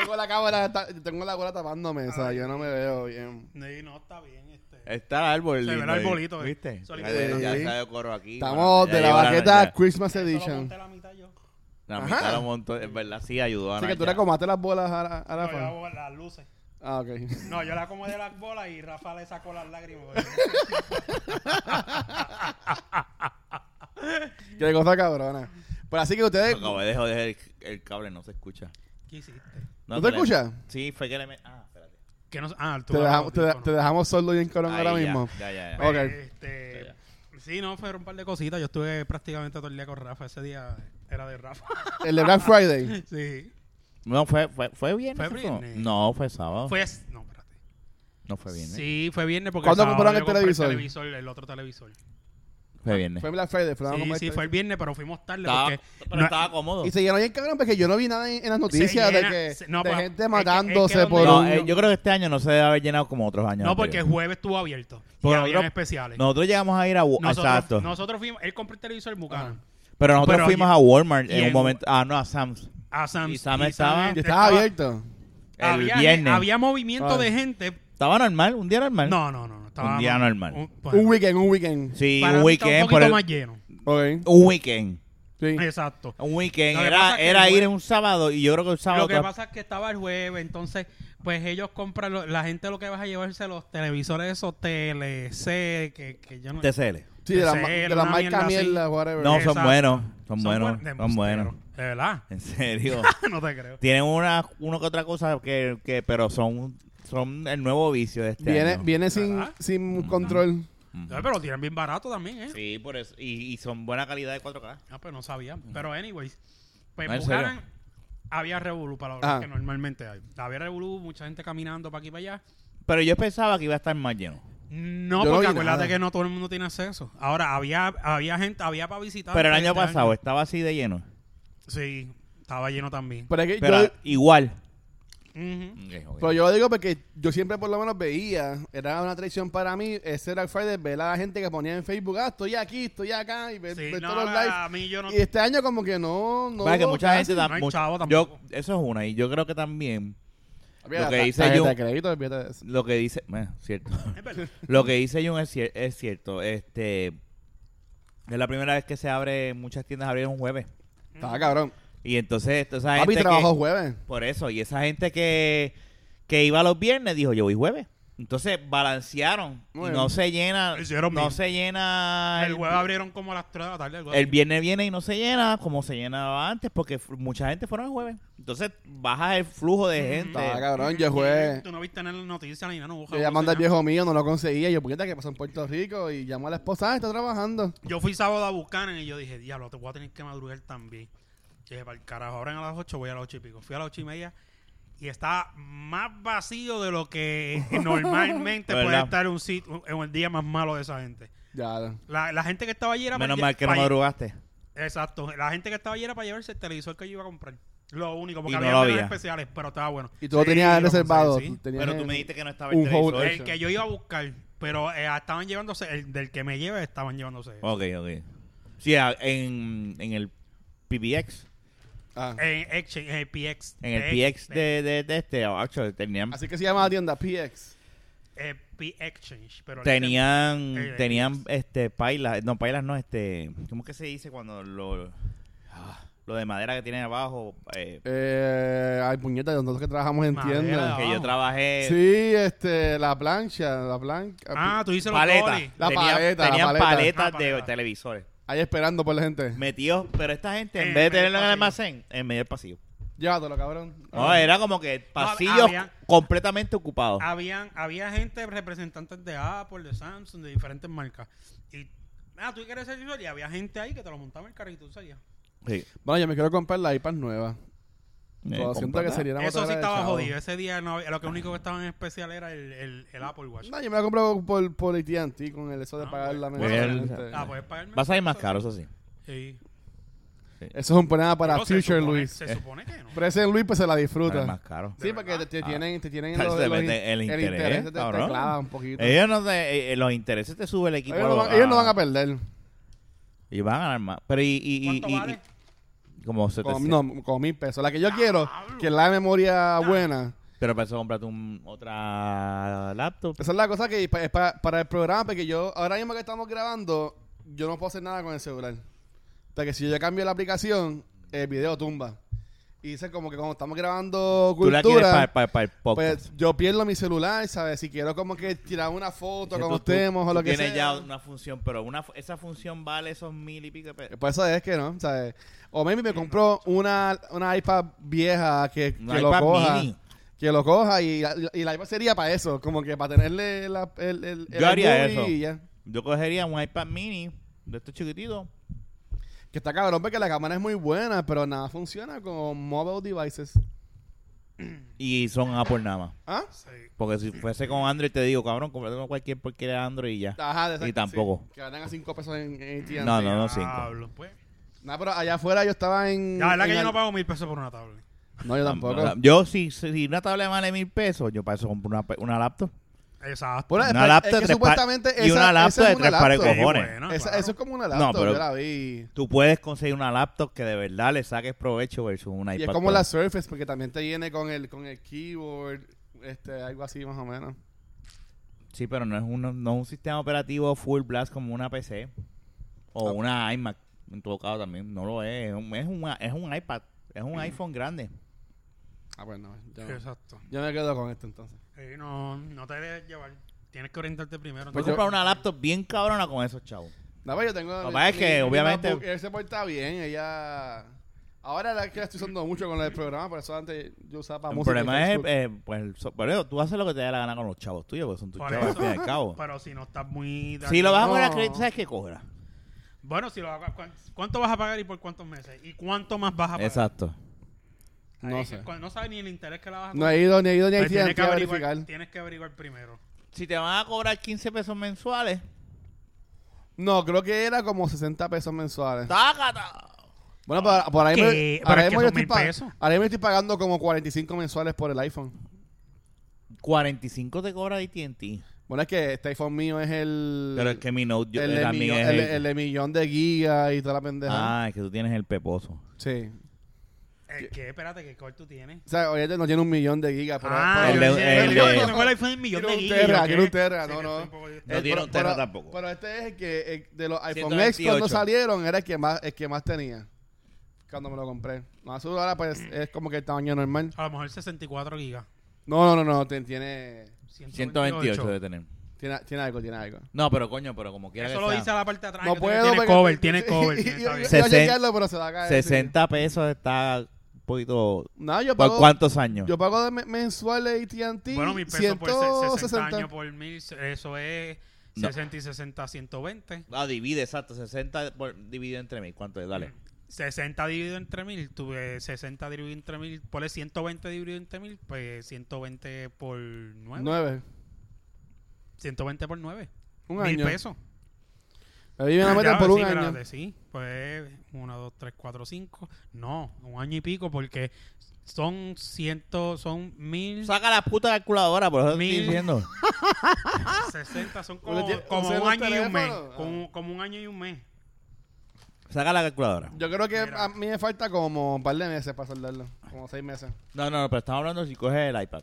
S1: tengo la cámara, ta- yo tengo la cola tapándome, o sea, yo no eh. me veo bien.
S2: Sí, no, está bien. Este.
S3: Está el árbol.
S2: Se ve el
S3: lindo ahí.
S2: arbolito, eh.
S3: ¿Viste?
S2: Solito.
S3: Ya- Ya
S1: Sí.
S3: está de coro aquí.
S1: Estamos
S3: Bueno, ya
S1: de la
S3: llegó
S1: baqueta
S3: ya-
S1: Christmas
S2: Solo
S1: Edition.
S2: monté la mitad yo.
S3: La
S1: Ajá.
S3: mitad lo montó. Es verdad, sí ayudó a
S1: Así que tú
S3: Naya.
S1: le comaste las bolas a, la- a
S2: No, yo
S1: Rafa.
S2: hago las luces.
S1: Ah, ok.
S2: No, yo la acomodé las bolas y Rafa le sacó las lágrimas.
S1: Qué cosa cabrona. Pero así que ustedes.
S3: Acabo de dejar el, el cable, no se escucha.
S2: ¿Qué hiciste?
S1: ¿No te
S3: que le-
S1: escuchas?
S3: Sí, fue que le... me- Ah, espérate.
S2: Que no, ah, tú
S1: Te
S2: hablas
S1: dejamos, te,
S2: audífono.
S1: te dejamos solo y en corón
S3: Ahí
S1: ahora
S3: ya,
S1: mismo.
S3: Ya, ya, ya.
S1: Ok.
S2: Este,
S3: Ya,
S2: sí, no, fueron un par de cositas. Yo estuve prácticamente todo el día con Rafa. Ese día era de Rafa.
S1: El de Black Friday.
S2: sí.
S3: No, fue, fue, fue viernes.
S2: Fue
S3: ¿no?
S2: viernes.
S3: No, fue sábado.
S2: Fue. No, espérate.
S3: No fue viernes.
S2: Sí, fue viernes porque.
S1: ¿Cuándo
S2: sábado
S1: compraron
S2: yo
S1: el
S2: compré
S1: televisor?
S2: El televisor, el otro televisor.
S3: Fue viernes.
S1: Fue Black Friday. Fue
S2: sí, sí, fue el viernes, pero fuimos tarde.
S3: Estaba-
S2: porque
S3: pero
S2: no-
S3: estaba cómodo.
S1: Y se llenó bien cabrón porque yo no vi nada en, en las
S2: Se
S1: noticias
S2: llena,
S1: de que
S2: se- no,
S1: de
S2: pa- es
S1: gente
S2: que-
S1: matándose
S2: es que
S1: por
S3: No,
S1: un...
S3: eh, yo creo que este año no se debe haber llenado como otros años.
S2: no, porque
S3: anteriores.
S2: jueves estuvo abierto.
S3: Pero
S2: y habían
S3: nosotros-
S2: especiales.
S3: Nosotros llegamos a ir a... Wa- Exacto.
S2: nosotros, nosotros fuimos. Él compró el televisor en Bucana.
S3: pero nosotros
S2: pero
S3: fuimos
S2: yo-
S3: a Walmart
S2: y
S3: en
S2: en-
S3: un momento... Ah, no, a Sam's.
S2: A Sam. este,
S3: Y Sam estaba-
S1: Yo estaba abierto.
S3: El
S2: había,
S3: viernes.
S2: Había movimiento
S1: Ah.
S2: de gente.
S3: Estaba normal, un día normal.
S2: No, no, no. no estaba
S3: Un día normal.
S2: Pues
S1: Un weekend, un weekend.
S3: Sí,
S2: para
S3: un
S2: mí está
S3: weekend.
S2: Un
S3: por
S2: poquito
S3: el-
S2: más lleno.
S1: Ok.
S3: Un weekend.
S1: Sí.
S2: Exacto.
S3: Un weekend.
S2: Lo que pasa es
S3: Era,
S2: que
S3: era
S2: el
S3: ir
S2: jue-
S3: un sábado y yo creo que el sábado...
S2: Lo que
S3: todas-
S2: pasa es que estaba el jueves, entonces, pues ellos compran, lo- la gente lo que va a llevarse los televisores, esos TLC, que, que yo no...
S3: TCL.
S1: Sí, de la, ma-
S2: Tercero,
S1: de la
S2: este una
S1: marca
S2: mierda así.
S1: mierda, whatever.
S3: No, son
S2: Exacto.
S3: buenos. Son
S2: Son
S3: buenos.
S2: buen- de
S3: Son buenos.
S2: embustero. De verdad,
S3: En serio.
S2: no te creo.
S3: Tienen una, uno que otra cosa que, que pero son, son el nuevo vicio de este
S1: Viene,
S3: año.
S1: viene sin,
S2: ¿Verdad?
S1: sin control.
S3: Ujú.
S2: Ay, Eh, Pero lo tiran bien barato también, ¿eh?
S3: Sí, por eso. Y, y son buena calidad de 4K.
S2: Ah, pues no sabía. Pero anyways, pues
S3: Ah, ¿en
S2: Bucanan
S3: serio?
S2: había revolú para lo
S1: Ah.
S2: que normalmente hay. Había revolú, mucha gente caminando para aquí y para allá.
S3: Pero yo pensaba que iba a estar más lleno.
S2: No,
S1: Yo no
S2: porque
S1: vi
S2: acuérdate
S1: nada.
S2: que no todo el mundo tiene acceso. Ahora, había, había gente, había para visitar.
S3: Pero el año
S2: este
S3: pasado ¿eh? estaba así de lleno.
S2: Sí, estaba lleno
S3: Pues,
S2: también.
S1: Pero, es que
S3: Pero
S1: yo,
S3: igual.
S2: Ujú.
S1: pero yo lo digo porque yo siempre por lo menos veía, era una traición para mí, ese Black Friday, ver a la gente que ponía en Facebook, ah, estoy aquí, estoy acá,
S3: eh,
S1: y ver,
S2: Sí,
S1: ver
S2: no,
S1: todos los
S2: la-
S1: lives.
S2: a mí yo no-
S1: Y este año como que no... no
S3: Para que
S1: hubo
S3: mucha
S1: casi.
S3: gente da-
S2: no hay
S3: mucha-
S2: chavo
S3: yo,
S2: tampoco.
S3: eso es una. Y yo creo que también
S1: Olvídate,
S3: lo que
S1: ta-
S3: hice
S1: tarjeta
S3: yo-
S1: de crédito, olvídate de eso.
S3: lo que dice. Bueno, cierto.
S2: Es verdad.
S3: Lo que dice Jun es, cier- es cierto. Este es la primera vez que se abre muchas tiendas abrieron un jueves.
S2: Mm.
S1: Estaba cabrón.
S3: Y entonces esto- esa
S1: Papi
S3: gente
S1: trabajó
S3: que,
S1: jueves.
S3: por eso y esa gente que que iba los viernes dijo yo voy jueves. Entonces balancearon
S1: Bueno.
S3: y no se llena
S2: Hicieron
S3: no
S2: bien.
S3: se llena
S2: El jueves abrieron como a las 3 de la tarde. algo así.
S3: el viernes viene y no se llena como se llenaba antes porque f- mucha gente fueron el jueves. Entonces baja el flujo de gente.
S1: Estaba cabrón, yo
S2: Ujú,
S1: jugué.
S2: Tú no viste en las noticias ni nada, no busca-
S1: Yo
S2: no pues
S1: llamando
S2: sé
S1: al
S2: nada.
S1: viejo mío, no lo conseguía. Yo, puñeta, que pasó en Puerto Rico. Y llamo a la esposa, ah, está trabajando.
S2: Yo fui sábado a Buchanan y yo dije, diablo, te voy a tener que madrugar también. Yo dije, para el carajo, ahora a las 8 voy a las 8 y pico. Fui a las 8 y media y estaba más vacío de lo que normalmente puede
S3: ¿Verdad?
S2: estar un sitio en el día más malo de esa gente.
S1: Ya, no.
S2: La, la gente que estaba allí era
S3: Menos
S2: para-
S3: mal que no
S2: para-
S3: madrugaste.
S2: Exacto, la gente que estaba allí era para llevarse el televisor que yo iba a comprar. Lo único, porque
S3: Y no
S2: había
S3: lo
S2: menos
S3: había.
S2: especiales, pero estaba bueno.
S1: Y tú lo
S2: Sí,
S1: tenías
S2: conseguí,
S1: reservado.
S2: sí.
S1: tenías
S3: Pero tú
S1: el-
S3: me dijiste que no estaba el
S1: un
S3: televisor.
S1: hold-
S2: El que yo iba a buscar, pero eh, estaban llevándose, el del que me lleve estaban llevándose. ese.
S3: Ok, ok. Sí, a- en, en el PBX.
S1: Ah.
S2: En Eh, Exchange, en el PX.
S3: En el
S2: de-
S3: PX de, de, de este, actually, tenían,
S1: Así que se llama la tienda PX.
S2: Eh, P Exchange, pero el
S3: tenían,
S2: eh,
S3: tenían, este, pailas, no, pailas no, este, ¿cómo es que se dice cuando lo, ah, lo de madera que tienen abajo? Eh,
S1: Eh, ay, puñeta, nosotros que trabajamos en
S2: Madera.
S1: tienda.
S3: que yo
S2: abajo.
S3: trabajé,
S1: Sí, este, la plancha, la plancha.
S2: tema. Ah, tú dices los
S3: paleta,
S2: goles.
S1: La
S3: tenían,
S1: paleta, la
S3: tenían
S1: paleta.
S3: paletas
S2: Ah, paleta.
S3: de televisores
S1: Ahí esperando por la gente.
S3: metidos, pero esta gente, en
S2: En
S3: vez de
S2: medio
S3: tenerlo en el
S2: pasillo. Ah.
S3: almacén, en medio del pasillo.
S1: Llévatelo, cabrón.
S3: No, era como que pasillos
S2: había- Ah.
S3: completamente ocupados.
S2: Habían, había gente, representantes de Apple, de Samsung, de diferentes marcas. Y, ah, tú quieres ser usuario? y había gente ahí que te lo montaba en el carrito, tú sabías.
S3: Sí.
S1: Bueno, yo me quiero comprar la iPad nueva.
S3: Eh,
S1: Pero Pues siento que
S3: comprada.
S1: sería una
S2: Eso sí
S1: botadera de
S2: estaba
S1: chavo.
S2: jodido. Ese día no había- lo que único que estaba en especial era el, el- el Apple Watch.
S1: No, yo me la compro por, por AT&T con el eso de
S2: Ah,
S1: pagar la
S2: bueno.
S1: mensualmente.
S3: Bien.
S2: Ah, puedes pagarme.
S3: Va a salir más caro, eso sí.
S2: Sí.
S1: Eso es un problema para
S2: Pero se
S1: Future
S2: supone-
S1: Luis.
S2: Se supone que no.
S1: Present Luis, pues se la
S3: Sale
S1: disfruta.
S3: más caro.
S1: Sí, porque te, te
S3: Ah.
S1: tienen, te tienen
S3: Se
S1: los-
S3: mete
S1: los in-
S3: el interés,
S1: te, te
S3: cabrón.
S1: clava este un poquito. Ellos,
S3: Ellos no te- eh, eh, los intereses te sube el equipo.
S1: no
S3: lo-
S1: van, ellos no van a perder.
S3: Ellos van a ganar más. Pero y, y, y-
S2: ¿Cuánto
S3: y- y-
S2: vale?
S3: como se
S1: Con, no, con mil pesos. La que yo quiero,
S2: Diablo.
S1: que es la de memoria buena.
S3: Pero para eso comprate un, otra laptop.
S1: Esa es la cosa que pa- es pa- para el programa, porque yo, ahora mismo que estamos grabando, yo no puedo hacer nada con el celular. O sea, que si yo cambio la aplicación, el video tumba. Y dice como que cuando estamos grabando
S3: Tú la quieres
S1: cultura,
S3: para el podcast.
S1: pues yo pierdo mi celular, ¿sabes? Si quiero como que tirar una foto
S3: Entonces
S1: con
S3: tú-
S1: los temas
S3: tú
S1: o lo que sea.
S3: Tienes ya una función, pero una, fu- esa función vale esos mil y pico de pesos.
S1: Pues eso es que no, ¿sabes? O maybe me compró una, una iPad vieja que,
S3: Una
S1: que lo
S3: iPad
S1: coja.
S3: mini.
S1: Que lo coja y, la- y la iPad sería para eso, como que para tenerle la, el, el, el
S3: Yo haría
S1: movie
S3: eso.
S1: y ya.
S3: Yo cogería un iPad mini de estos chiquititos.
S1: Que está cabrón porque la cámara es muy buena, pero nada funciona con mobile devices.
S3: Y son Apple nada más.
S1: ¿Ah?
S2: Sí.
S3: Porque si fuese con Android, te digo, cabrón, comprate con cualquier porquería de Android y ya.
S1: Ajá, de esas-
S3: Y tampoco.
S1: sí, que ganan a 5 pesos en, en AT&T.
S3: No, no, no, cinco.
S2: Diablo, pues.
S1: Nah, pero allá afuera yo estaba en...
S2: La verdad
S1: en
S2: que yo
S1: al-
S2: no pago mil pesos por una tablet.
S1: No, yo tampoco.
S3: Ah, Yo, si, si una tablet vale mil pesos, yo para eso compro una, una laptop.
S2: Exacto.
S1: Bueno,
S3: Una
S1: es-
S3: laptop
S1: es que
S3: de tres
S1: supuestamente
S3: pa- y
S1: esa-
S3: una laptop
S1: esa es
S3: de
S1: una
S3: tres pares de
S1: laptop.
S3: cojones.
S2: Sí, bueno,
S1: Esa-
S2: claro.
S1: Eso es como una laptop,
S3: pero-
S1: yo la vi.
S3: Tú puedes conseguir una laptop que de verdad le saques provecho versus una
S1: Y
S3: iPad.
S1: es como
S3: Pro.
S1: la Surface, porque también te viene con el, con el keyboard, este, algo así más o menos.
S3: Sí, pero no es, un, no es un sistema operativo full blast como una PC o una iMac. En todo caso también, no lo es. Es un, es una- es un iPad, es un iPhone grande.
S1: Ah, bueno, yo,
S2: Exacto.
S1: yo me quedo con esto entonces.
S2: Sí, no, no te dejes llevar. Tienes que orientarte primero.
S3: Puedes
S1: yo-
S3: comprar una laptop bien cabrona con esos chavos.
S1: No, pero yo tengo...
S3: Lo que pasa es que, obviamente-
S1: MacBook Air se porta bien, ella... Ahora la que la estoy usando mucho con el programa, por eso antes yo usaba para
S3: El
S1: música. y
S3: problema es,
S1: Facebook.
S3: eh, pues, el so- por eso, tú haces lo que te dé la gana con los chavos tuyos, porque son tus
S2: Por
S3: chavos al
S2: eso.
S3: fin y al cabo.
S2: Pero si no estás muy... de
S3: Si lo vas a
S1: No.
S3: poner a crédito, ¿sabes qué cobra?
S2: Bueno, si lo hagas, ¿cuán- ¿cuánto vas a pagar y por cuántos meses? ¿Y cuánto más vas a pagar?
S3: Exacto.
S2: Ahí
S1: No
S2: es
S1: sé.
S2: que cu- No sabes ni el interés que la vas a
S1: No he ido, ni he ido, ni he
S2: Pues
S1: ido, ni
S2: tienes, que
S1: he verificar.
S2: averiguar, tienes que averiguar primero.
S3: Si te van a cobrar 15 pesos mensuales,
S1: No, creo que era como 60 pesos mensuales.
S3: ¡tácata!
S1: Bueno, por, por ahí,
S2: ¿Qué?
S1: me,
S2: Pero
S1: ahora,
S2: es
S1: mismo
S2: que son
S1: yo estoy
S2: mil
S1: pa-
S2: pesos.
S1: ahora mismo estoy pagando como 45 mensuales por el iPhone.
S3: 45 te cobra AT&T.
S1: Bueno, es que este iPhone mío es el...
S3: Pero es que mi Note yo- eh,
S1: el, de
S3: también
S1: millón,
S3: es
S1: el-
S3: el-
S1: el de millón de gigas y toda la pendeja.
S3: Ah, es que tú tienes el peposo.
S1: Sí.
S2: Eh, ¿Qué? Espérate, ¿qué call tú tienes?
S1: O sea, obviamente no tiene un millón de gigas. Pero,
S2: Ah,
S1: pero-
S3: el de-
S2: yo decía,
S3: el
S2: yo
S3: de-
S2: tengo el iPhone en millón
S1: Quiero
S2: de
S1: un
S2: gigas.
S1: terra,
S2: ¿qué?
S1: quiero un terra,
S2: Sí,
S1: no,
S2: que
S1: no.
S2: estoy un poco-
S3: No tiene un Tera tampoco.
S1: Pero este es el que eh, de los iPhone X
S3: 128.
S1: cuando salieron era el que más, el que más tenía. Cuando me lo compré. No, azul ahora pues es como que el tamaño normal.
S2: A lo mejor 64 gigas.
S1: No, no, no, no. ten- Tiene,
S3: 128 de tener.
S1: tiene, tiene algo, tiene algo.
S3: No, pero coño, pero como quiera
S2: Eso
S3: que
S2: lo
S3: sea,
S2: dice a la parte de atrás.
S1: No
S2: Ah, que
S1: puedo.
S2: Tiene
S1: porque-
S2: cover, tiene cover.
S1: Yo-
S2: tiene-
S1: yo-
S2: está
S1: yo
S2: bien.
S1: iba a
S3: Sesen-
S1: chequearlo, pero se va a caer.
S3: 60 pesos está un poquito...
S1: No, yo
S3: ¿Por
S1: pago,
S3: cuántos años?
S1: yo pago de me- mensual de AT&T.
S2: Bueno, mil pesos por se- 60 años pues,
S1: 160.
S2: por mil, eso es
S3: No.
S2: 60 y 60, 120.
S3: Ah, divide, exacto. 60 por- dividido entre mil. ¿Cuánto es? Dale.
S2: 60 dividido entre mil, tú, eh, 60 dividido entre mil, ponle 120 dividido entre mil, pues 120 por 9.
S1: 9.
S2: 120 por 9.
S1: Un
S2: mil
S1: año.
S2: pesos.
S1: A mí me la meten
S2: Ya,
S1: por
S2: sí,
S1: un año.
S2: espérate, sí, pues 1, 2, 3, 4, 5. No, un año y pico porque son ciento, son mil,
S3: Saca la puta calculadora, por eso te estoy
S2: Mm. Mil.
S3: diciendo.
S2: 60, son
S1: Porque
S2: como,
S1: ¡Ah! tiene-
S2: como
S1: usa
S2: un
S1: un
S2: año y un mes.
S1: teléfono. Ah.
S2: Como, como un año y un mes.
S3: Saca la calculadora.
S1: Yo creo que
S2: Mira.
S1: a mí me falta como un par de meses para saldarlo. Como seis meses.
S3: No, no, no, pero estamos hablando si coges el iPad.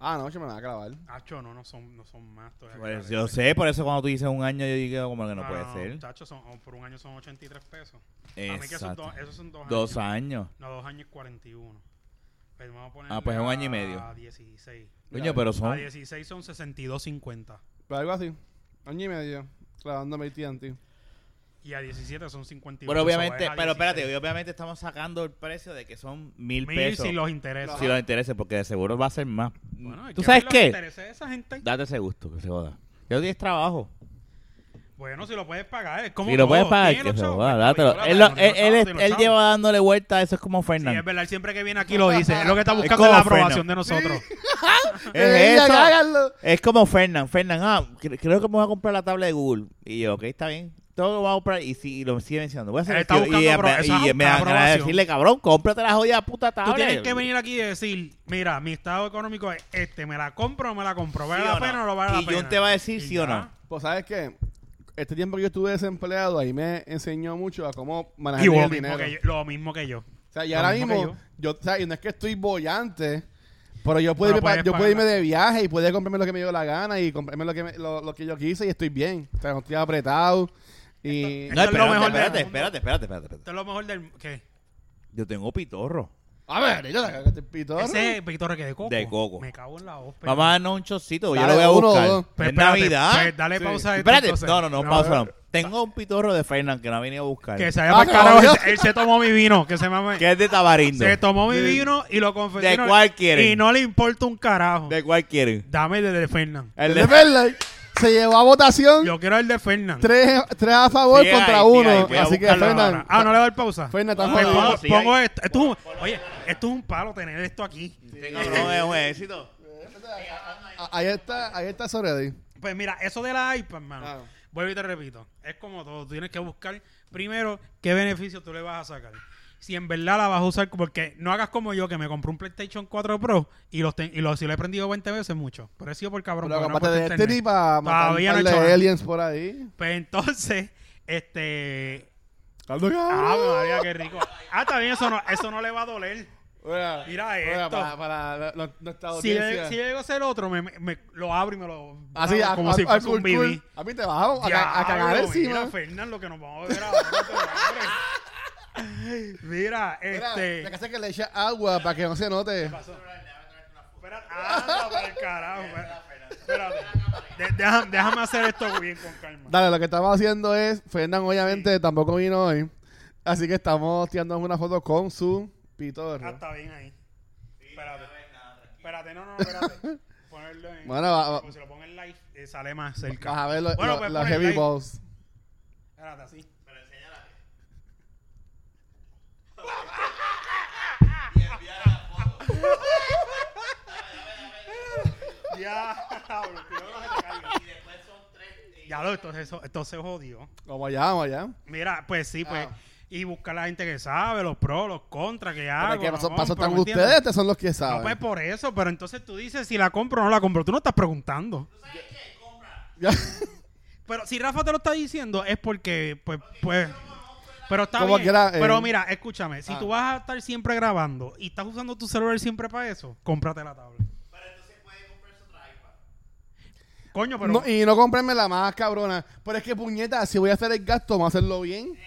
S1: Ah, no, que me la va a clavar.
S2: Hacho, no, no son, no son más. todavía que
S3: Pues
S2: la
S3: yo
S2: leche.
S3: sé, por eso cuando tú dices un año, yo digo como que no, puede ser.
S2: Chacho, son, oh, por un año son 83 pesos. A mí que esos,
S3: Exacto.
S2: dos, esos son dos,
S3: Dos
S2: años.
S3: años.
S2: No, dos años y 41. Pero vamos a poner
S3: Ah, pues es un año y medio.
S2: A 16.
S1: Mira,
S3: Coño, pero
S2: A
S3: son.
S2: 16 son 62.50.
S1: Pero algo así. Año y medio. Clavándome AT&T.
S2: Y a 17 son 51.
S3: Pero obviamente,
S2: Eso es a
S3: pero espérate,
S2: 16.
S3: obviamente estamos sacando el precio de que son mil
S2: Mil
S3: pesos.
S2: si los intereses.
S3: Si los intereses, porque de seguro va a ser más.
S2: Bueno, hay
S3: ¿Tú
S2: que ver
S3: sabes
S2: los
S3: qué?
S2: intereses de esa gente.
S3: Date ese gusto, que se joda. Yo tienes trabajo.
S2: Bueno, si lo puedes pagar. Es como
S3: Si lo
S2: todo.
S3: puedes pagar,
S2: Tiene
S3: que
S2: los
S3: se
S2: chavos,
S3: joda,
S2: pues,
S3: dátelo.
S2: pues,
S3: Él, lo-
S2: tiene los
S3: él, él,
S2: chavos,
S3: es-
S2: tiene los
S3: él
S2: chavos.
S3: lleva dándole vuelta, eso es como
S2: Sí, es
S3: Fernando.
S2: verdad, él siempre que viene aquí lo dice. Es lo que está buscando
S3: como
S2: la
S3: Fernan.
S2: aprobación de nosotros.
S3: Es
S1: ¡Ella,
S3: eso.
S1: cágalo!
S3: Es como Fernán, Fernán, ah, cre- creo que me voy a comprar la tabla de Google. Y yo, ok, está bien. Todo lo voy a comprar y, si, y lo sigue mencionando. Voy a hacer
S2: Él está
S3: esto. y,
S2: buscando apro-
S3: me-
S2: eso
S3: y
S2: es
S3: me dan ganas de
S2: aprobación.
S3: decirle, cabrón, cómprate la jodida puta tabla.
S2: Tú tienes que venir aquí y decir, mira, mi estado económico es este, ¿me la compro o me la compro? ¿Vale
S3: ¿Sí
S2: la
S3: o no?
S2: pena o no vale la
S3: Y
S2: pena?
S3: Jun te va a decir sí o
S2: ya.
S3: no.
S1: Pues, ¿sabes qué? Este tiempo que yo estuve desempleado, ahí me enseñó mucho a cómo manejar
S2: Y vos,
S1: el
S2: mismo
S1: dinero.
S2: que yo, lo mismo que yo.
S1: O sea, y
S2: lo
S1: ahora
S2: mismo
S1: mismo,
S2: que
S1: yo, o sea, y no es que estoy bollante, pero yo puedo,
S2: Pero
S1: irme, pa-
S2: puedes
S1: yo puedo irme
S2: pagar.
S1: de viaje y puedo comprarme lo que me dio la gana y comprarme lo que, me- lo, lo que yo quise y estoy bien. O sea, no estoy apretado. Y...
S3: No,
S2: Esto es lo
S3: espérate,
S2: mejor del
S3: espérate,
S2: mundo.
S3: espérate, espérate, espérate, espérate.
S2: Esto es lo mejor del... ¿Qué?
S3: Yo tengo pitorro.
S1: A ver, yo la este pitorro.
S2: Ese es Víctor que de coco.
S3: De coco.
S2: Me cago en la voz. pero-
S3: Vamos a darnos un chocito, yo
S1: Dale,
S3: lo voy a
S1: uno o
S3: buscar.
S1: dos.
S2: Pues
S3: Es
S2: espérate,
S3: Navidad.
S2: pues dale
S1: Sí.
S2: pausa. a esto,
S3: Espérate,
S2: entonces. eh,
S3: no, no, no, pausa. no. Tengo un pitorro de Fernán que no ha venido a buscar.
S2: Que se
S3: Que
S2: haya para
S1: Ah,
S2: carajo. Él,
S1: cabrón.
S2: él se tomó mi vino. Que se mame.
S3: es de Tabarindo.
S2: Se tomó mi vino y lo confesó.
S3: ¿De cuál quieren?
S2: Y no le importa un carajo.
S3: ¿De cuál quieren?
S2: Dame el de Fernán.
S1: El
S3: El
S1: de
S3: de
S1: Fairlight se llevó a votación
S2: Yo quiero el de Fernán.
S1: tres, tres a favor
S3: Sí,
S1: contra
S3: ahí, sí,
S1: uno.
S3: ahí, voy a
S1: así que,
S3: buscarlo
S1: Fernan,
S2: Ahora. Ah, no le va a dar pausa.
S1: Fernan, tan
S2: Pues
S1: jodido.
S2: pongo,
S3: Sí,
S2: pongo
S3: ahí.
S2: esto. esto es un- oye, esto es un palo tener esto aquí.
S3: Este cabrón es un éxito.
S1: Ah, Ahí está, ahí está Soredi.
S2: Pues mira, eso de la iPad, hermano.
S1: Claro.
S2: Vuelvo y te repito. Es como todo. Tú tienes que buscar primero qué beneficio tú le vas a sacar. Si en verdad la vas a usar, porque no hagas como yo que me compré un PlayStation 4 Pro y los ten- y los, si lo he prendido 20 veces mucho. Pero he sido por cabrón.
S1: Pero
S2: porque no
S1: combate
S2: puedo
S1: de
S2: internet.
S1: Destiny para matar un
S2: Todavía no
S1: par
S2: he hecho
S1: de
S2: nada.
S1: aliens por ahí.
S2: Pues entonces, este.
S1: Ando
S2: Ah,
S1: cabrón.
S2: María, qué rico. Ah, también eso no, eso no le va a doler.
S1: Mira,
S2: Mira
S1: mira,
S2: esto.
S1: Para, para la- la- nuestra
S2: Si,
S1: audiencia.
S2: si yo llego a ser otro, me, me- me- lo abro y me lo.
S1: Así,
S2: hago
S1: a,
S2: Ah, como
S1: a-
S2: si
S1: a-
S2: fuese
S1: cool,
S2: un BB.
S1: cool. A mí te bajamos a, ca- a cagar
S2: Diablo,
S1: encima.
S2: Mira, Fernan, lo que nos vamos a beber ahora. cabrón. Mira,
S1: Mira,
S2: este.
S1: la casa que le echa agua para que no se note.
S2: Espera, anda para el carajo. espera. Espérate. De- deja- déjame hacer esto bien con calma.
S1: Dale, lo que estamos haciendo es, Fernan obviamente tampoco vino hoy, así que estamos tirando una foto con su
S2: Ah,
S1: pitorro.
S2: está bien ahí. Espérate. Espérate, no, no, no, espérate. Ponerlo en.
S1: Bueno, va- va-
S2: Porque si lo pongo en live, eh, sale más cerca.
S1: Vas a ver lo-
S2: Bueno,
S1: lo-
S2: pues
S1: los
S2: pon el
S1: heavy
S2: like.
S1: balls.
S2: Espérate, así. Pero enséñala. Diablo, cuidado con lo que te caiga. Ya lo, entonces, eso- entonces jodió.
S1: Vamos allá, vamos allá.
S2: Mira, pues sí, pues.
S1: Ah.
S2: Y buscar la gente que sabe, los pros, los contras que hago.
S1: Pero que
S2: no
S1: pasó,
S2: compro,
S1: pasó tan
S2: ¿me entiendes?
S1: ustedes, estos este? son los que
S2: No,
S1: saben.
S2: pues por eso, pero entonces tú dices si la compro o no la compro. Tú no estás preguntando.
S1: Ya.
S2: Pero si Rafa te lo está diciendo es porque, pues, pues... Pero está
S1: Como
S2: bien.
S1: quiera, eh.
S2: Pero mira, escúchame. Si
S1: Ah.
S2: tú vas a estar siempre grabando y estás usando tu celular siempre para eso, cómprate la tablet. Pero entonces puede comprarse otra iPad. Coño, pero...
S1: No, y no comprenme la más cabrona. Pero es que puñeta, si voy a hacer el gasto, vamos a hacerlo bien.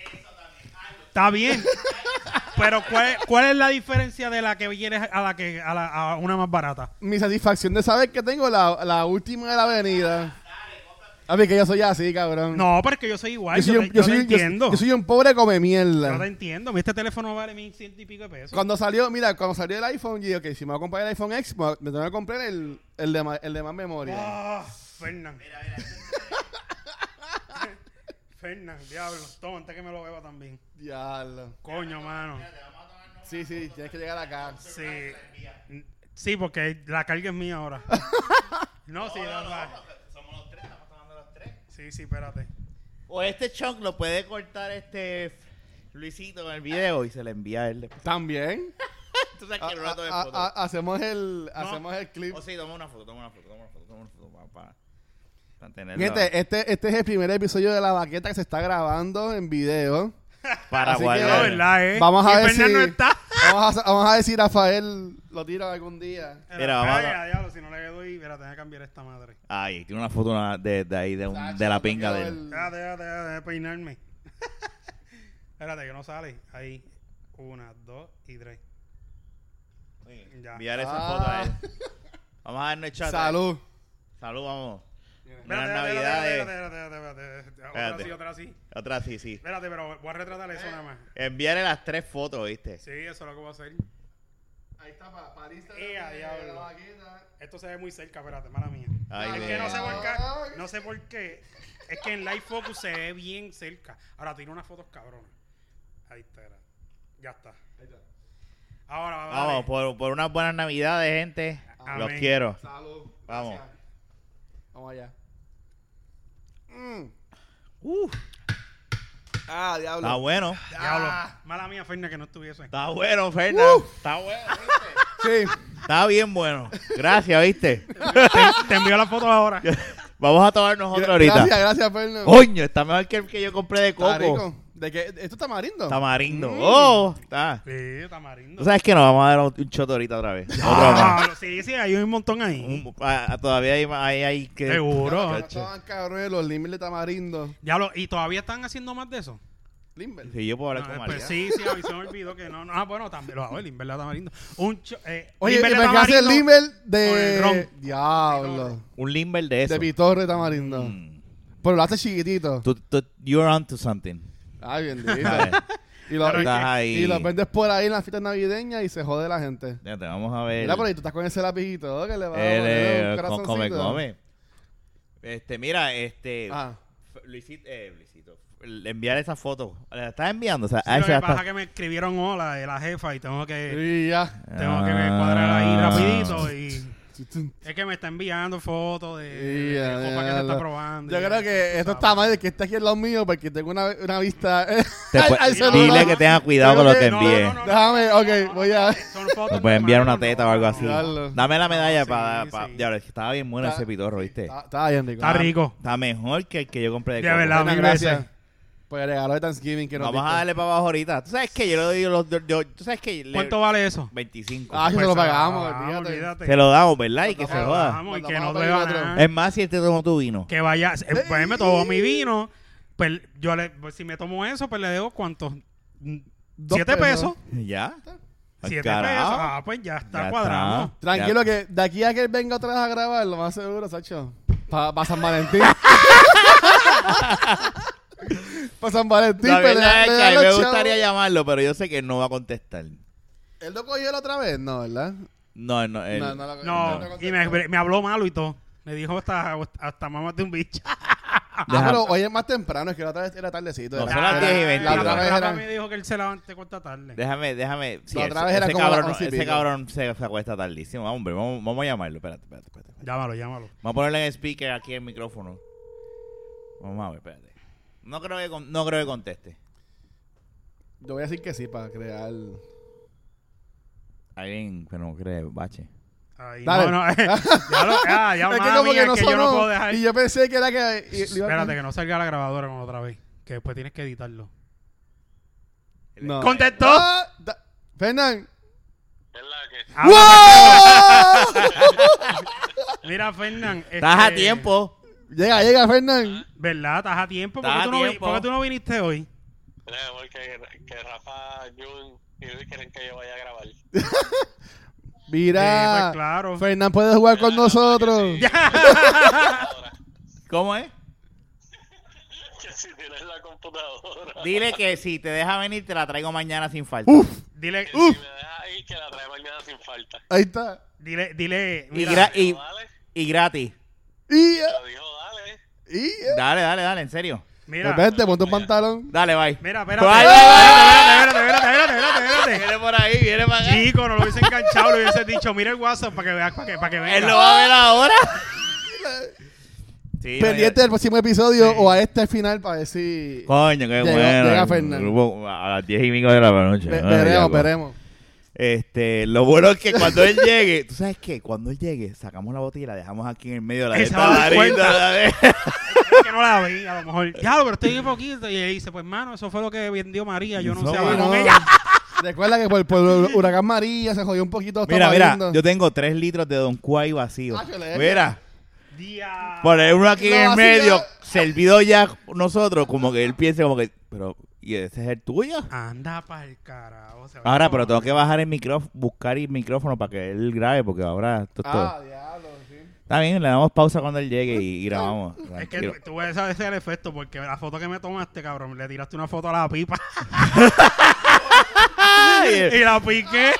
S2: Está bien. pero ¿cuál, ¿cuál es la diferencia de la que quieres a la que a, la- a una más barata?
S1: Mi satisfacción de saber que tengo la, la última de la avenida. A ver, que yo soy así, cabrón.
S2: No, porque yo soy igual. Yo, te, yo te
S1: soy,
S2: entiendo.
S1: yo soy un pobre come
S2: Yo te
S1: mierda.
S2: entiendo. Este teléfono vale mil ciento y pico de pesos.
S1: Cuando salió, mira, cuando salió el iPhone, yo dije, ok, si me voy a comprar el iPhone X, me me tengo que comprar el, el, de, más, el de más memoria.
S2: Ah, Fernan. Fernan, diablo. Toma, antes que me lo beba también.
S1: Diablo.
S2: Coño, mano.
S1: Sí, sí, tienes que llegar acá.
S2: Sí. Sí, porque la carga es mía ahora. No, sí, la la-
S3: Somos los tres, estamos tomando los tres.
S2: Sí, sí, espérate.
S3: O este chunk lo puede cortar este Luisito en el video y se le envía a él después.
S1: También.
S3: Tú sabes
S1: A-
S3: que el rato de
S1: a-
S3: foto.
S1: a- a- ah, hacemos el, hacemos el clip.
S3: O sí, toma una foto, toma una foto, toma una foto, toma una foto para, para, para tenerlo.
S1: Gente, este, este es el primer episodio de la baqueta que se está grabando en video.
S3: para
S1: así que-
S2: No,
S1: Claro.
S2: verdad, eh.
S1: Vamos a
S2: y
S1: ver
S2: Fernan
S1: si-
S2: no está.
S1: Vamos a, vamos a ver si Rafael lo tira algún día.
S3: Mira, vamos a-
S2: Ay, a diablo, si no le doy, espérate, tengo que cambiar esta madre.
S3: Ay, tiene una foto na- de, de ahí, de, un- de la pinga de él.
S2: Espérate, espérate, espérate, déjame peinarme. espérate, que no sale. Ahí. Una, dos y tres. Ya.
S3: Enviar esa
S1: Ah.
S3: foto a él. Vamos a darnos el chat.
S1: Salud.
S3: eh. Salud, vamos.
S2: Espérate,
S3: Buenas
S2: espérate,
S3: navidades.
S2: espérate, espérate, espérate, espérate. Otra
S3: Espérate.
S2: sí, otra sí.
S3: Otra sí, sí.
S2: Espérate, pero voy a retratar
S1: Eh.
S2: eso nada más.
S3: Enviarle las tres fotos, ¿viste?
S2: Sí, eso es lo que voy a hacer.
S1: Ahí está, para
S2: Eh, a diablo. Esto se ve muy cerca, espérate, mala mía.
S3: Ay,
S2: es
S3: Dios.
S2: que no sé por
S1: Ay.
S2: qué. No sé por qué. Es que en Live Focus se ve bien cerca. Ahora tiene unas fotos cabronas. Ahí está, era. Ya está. Ahora dale.
S3: Vamos, pues. por, por unas buenas navidades, gente.
S2: Amén.
S3: Los quiero.
S1: Salud.
S3: Vamos.
S1: Gracias. Vamos allá.
S3: Mm. Uh,
S1: Ah, diablo.
S3: está bueno.
S2: Diablo. Mala mía, Ferna, que no estuviese.
S3: Está bueno, Fernando.
S1: Uh.
S3: Está bueno, ¿viste?
S1: Sí.
S3: Está bien bueno. Gracias, ¿viste?
S2: te, te envío las fotos ahora.
S3: Vamos a tomar nosotros
S1: Gracias,
S3: ahorita.
S1: gracias, Fernando.
S3: Coño, está mejor que el que yo compré de
S1: Está
S3: coco.
S1: rico. ¿De qué? ¿Esto está marindo?
S3: Tamarindo.
S2: Mm.
S3: Oh, está.
S2: Sí, tamarindo.
S3: ¿Tú sabes que nos vamos a dar un un shot ahorita otra vez? Otro más.
S2: Ah, sí, sí, hay un montón ahí.
S3: Un- ah, ah, todavía hay, más- hay, hay que...
S2: Seguro.
S1: Cabrón, Estaban cabrones los limbers de tamarindo.
S2: Diablo, ¿y todavía están haciendo más de eso?
S1: Limber.
S3: Si yo puedo hablar
S2: No,
S3: con
S2: eh,
S3: María.
S2: pues sí, sí, a mí se me olvidó que no. no ah, bueno, también lo hago, el Limber de Tamarindo. Un cho- eh,
S1: Oye,
S2: Limber
S1: ¿y
S2: de
S1: ¿me hace el
S2: tamarindo
S1: limber
S2: con el
S1: de.
S2: ron.
S1: Diablo.
S3: Un limber de eso.
S1: De pitorre tamarindo.
S3: Mm.
S1: Pero lo hace chiquitito.
S3: Tú- tú- you're onto something.
S1: Ay, bendito.
S3: A ver,
S1: y, lo,
S3: Pero es que-
S1: y,
S3: ahí.
S1: los vendes por ahí en las fiestas navideñas y se jode la gente.
S3: fíjate, vamos a ver.
S1: Mira, por ahí tú estás con ese lapicito ¿eh? que le va a
S3: Él,
S1: poner
S3: eh,
S1: un
S3: co-
S1: corazoncito.
S3: come, come. Este, mira, este...
S1: Ah,
S3: F- Luisito, eh, Luisito, el- enviar esa foto. ¿La estás enviando? O sea,
S2: Sí,
S3: ah,
S2: lo
S3: esa
S2: que
S3: está-
S2: pasa es que me escribieron hola de la jefa y tengo que,
S1: y ya.
S2: tengo que
S3: Ah.
S2: cuadrar ahí rapidito y... Es que me está enviando fotos de, de,
S1: Y ya,
S2: de Eh, copa que
S1: ya,
S2: se está
S1: lo-
S2: probando.
S1: Yo
S2: y-
S1: creo que esto
S2: sabes.
S1: está mal de que esté aquí al lado mío porque tengo una, una vista eh,
S3: Te
S1: al-
S3: pu-
S1: al celular.
S3: Dile que tenga cuidado
S1: Creo
S3: con lo
S1: que-
S3: que
S2: No,
S3: envíe.
S2: no, no, no,
S1: Déjame,
S2: no,
S1: ok,
S2: no,
S1: voy
S2: no,
S1: a-
S2: Son fotos
S3: Nos puede enviar una
S2: normales,
S3: teta
S2: no,
S3: o algo
S2: no,
S3: así.
S2: no.
S1: Dale.
S3: Dame la medalla
S2: Sí,
S3: para...
S2: sí.
S3: para- Ya, es que estaba bien bueno
S1: Está-
S3: ese pitorro, ¿viste?
S1: Está, está bien rico.
S2: Está rico.
S3: Está mejor que el que yo compré de
S2: De
S3: coco.
S2: verdad.
S1: Buenas
S2: mil
S1: gracias.
S2: veces.
S1: Por el regalo de Thanksgiving que nos
S3: Vamos a
S1: diste.
S3: darle para abajo ahorita. ¿Tú sabes que Yo le doy los... yo- yo- ¿Tú sabes que
S2: ¿Cuánto vale eso?
S3: 25.
S1: Ah, se lo pagamos,
S2: ah,
S1: olvídate.
S3: se lo damos, ¿verdad? Y que
S1: Nos
S3: se
S1: lo
S3: joda.
S2: Vamos, y
S1: Nos
S2: que
S1: vamos
S2: no
S1: a
S2: te
S1: pedir
S2: va
S1: otro.
S2: nada.
S3: Es más, si este tomó tu vino.
S2: Que vaya, eh, pues me tomo mi vino, pues yo le, pues si me tomo eso, pues le debo cuántos, Mm,
S1: Dos
S2: siete
S1: pesos.
S2: pesos,
S3: ¿Ya? Al
S2: siete
S3: carajo.
S2: pesos, ah, pues ya
S3: Ya
S2: está
S3: está.
S2: cuadrado.
S1: Tranquilo que de aquí a que él venga otra vez a grabar, lo más seguro, Sacho. Para San Valentín. para San Valentín,
S3: La
S1: pero
S3: verdad es
S1: le
S3: que
S1: dan
S3: a mí
S1: los
S3: me
S1: chavos.
S3: gustaría llamarlo, pero yo sé que no va a contestar.
S1: Él lo cogió la otra vez, no, ¿verdad?
S3: No, no, él-
S1: lo
S2: No,
S1: él lo
S2: y me,
S1: contestó.
S2: me habló malo y todo. Me dijo hasta, hasta mamá de un bicho.
S1: Ah,
S3: Deja-
S1: pero hoy es más temprano, es que la otra vez era tardecito.
S3: No,
S1: era-
S3: son las
S1: era-
S3: 10 y 20.
S1: La
S2: La
S1: otra vez
S2: otra
S1: eran
S2: me dijo que él se levante cuánta tarde.
S3: Déjame, déjame. Sí,
S1: La otra
S3: ese-
S1: vez era
S3: ese
S1: como las
S3: cabrón,
S1: once y
S3: ese
S1: pico.
S3: cabrón se, se acuesta tardísimo. Hombre, vamos, vamos a llamarlo. Espérate, espérate, espérate. espérate.
S2: Llámalo, llámalo.
S3: Vamos a ponerle en el speaker aquí el micrófono. Vamos a ver, espérate. No creo que, con- no creo que conteste.
S1: Yo voy a decir que sí para crear.
S3: Alguien que no cree, bache.
S2: Ay,
S1: Dale.
S2: no, no. eh, ya lo, ah, ya,
S1: es que
S2: mala
S1: como
S2: mía,
S1: que no
S2: que yo no puedo dejar.
S1: Y yo pensé que era que. y- le iba a-
S2: Espérate, que no salga la grabadora con otra vez. Que después tienes que editarlo.
S1: No.
S2: ¡Contestó!
S1: Ah, da- Fernán.
S4: ¿Verdad que
S2: Ah, Mira, Fernán.
S3: Estás a
S2: este,
S3: tiempo.
S1: llega, llega, Fernán.
S2: Eh, ¿Verdad? Estás a tiempo. ¿Por qué
S3: Estás a
S2: tú, no vi-
S3: tiempo.
S2: por qué tú no viniste hoy?
S4: Mira, amor, que, que Rafa, Jun y Luis quieren que yo vaya a grabar.
S1: Mira.
S2: Eh, pues claro.
S1: Fernán puede jugar con nosotros.
S4: Ahora,
S3: ¿Cómo es?
S4: que si tienes la computadora.
S3: Dile que si te deja venir, te la traigo mañana sin falta.
S1: Uf,
S2: Dile,
S1: Uh.
S4: que si me dejas ahí, que la trae mañana sin falta.
S1: ahí está.
S2: dile, dile.
S3: y,
S2: Mira,
S3: gra- y-
S4: Dijo, dale,
S3: y gratis.
S1: Y. eh,
S4: lo dijo, dale.
S1: y
S3: Dale, dale, dale, en serio.
S2: mira.
S1: Pues vente, ponte un pantalón.
S3: Dale, bye.
S2: Mira, espérate.
S3: Bye, bye, bye,
S2: Espérate, espérate, espérate, espérate, espérate, espérate.
S3: Viene por ahí, viene para acá.
S2: Chico, no lo hubiese enganchado, le hubiese dicho, mira el WhatsApp para que veas, para que, para que
S3: Él
S2: venga.
S3: lo va a ver ahora. Sí,
S1: Pendiente del próximo episodio
S2: Sí.
S1: o a este final para ver si.
S3: Coño, qué
S1: Llegó-
S3: bueno.
S1: llega Fernando.
S3: Hubo- A las 10 y pico de la noche.
S1: Ve-
S3: Ay,
S1: Veremos,
S3: ya, pues.
S1: veremos.
S3: Este, lo bueno es que cuando él llegue, ¿tú sabes qué? Cuando él llegue, sacamos la botella y la dejamos aquí en el medio de la
S2: Él
S3: de
S2: se
S3: esta
S2: va a dar
S3: varita,
S2: cuenta.
S3: la de-
S2: que no la vi, a lo mejor. Diablo, pero estoy bien poquito. Y él dice, pues, mano, eso fue lo que vendió María. Yo no
S3: Eso
S2: sé
S1: Sí,
S2: hablar
S3: no.
S2: con
S1: no.
S2: ella.
S1: Recuerda que por, por el huracán María se jodió un poquito.
S3: Mira,
S1: estamos
S3: mira,
S1: viendo.
S3: yo tengo 3 litros de Don Cuay vacío.
S1: Ah, que le-
S3: Mira,
S2: Diablo.
S3: poner uno aquí
S1: Lo
S3: en el
S1: vacío.
S3: medio, servido ya nosotros, como que él piense como que, pero, ¿y ese es el tuyo?
S2: Anda para el carajo. se va
S3: Ahora,
S2: a
S3: pero tengo
S2: tomar.
S3: que bajar el micrófono, buscar el micrófono para que él grabe, porque ahora esto es todo.
S1: Ah, diablo, sí.
S3: Está bien, le damos pausa cuando él llegue y grabamos.
S2: Es que
S3: tranquilo.
S2: tú- tú ves ese es el efecto, porque la foto que me tomaste, cabrón, le tiraste una foto a la pipa
S3: Ay,
S2: y la piqué.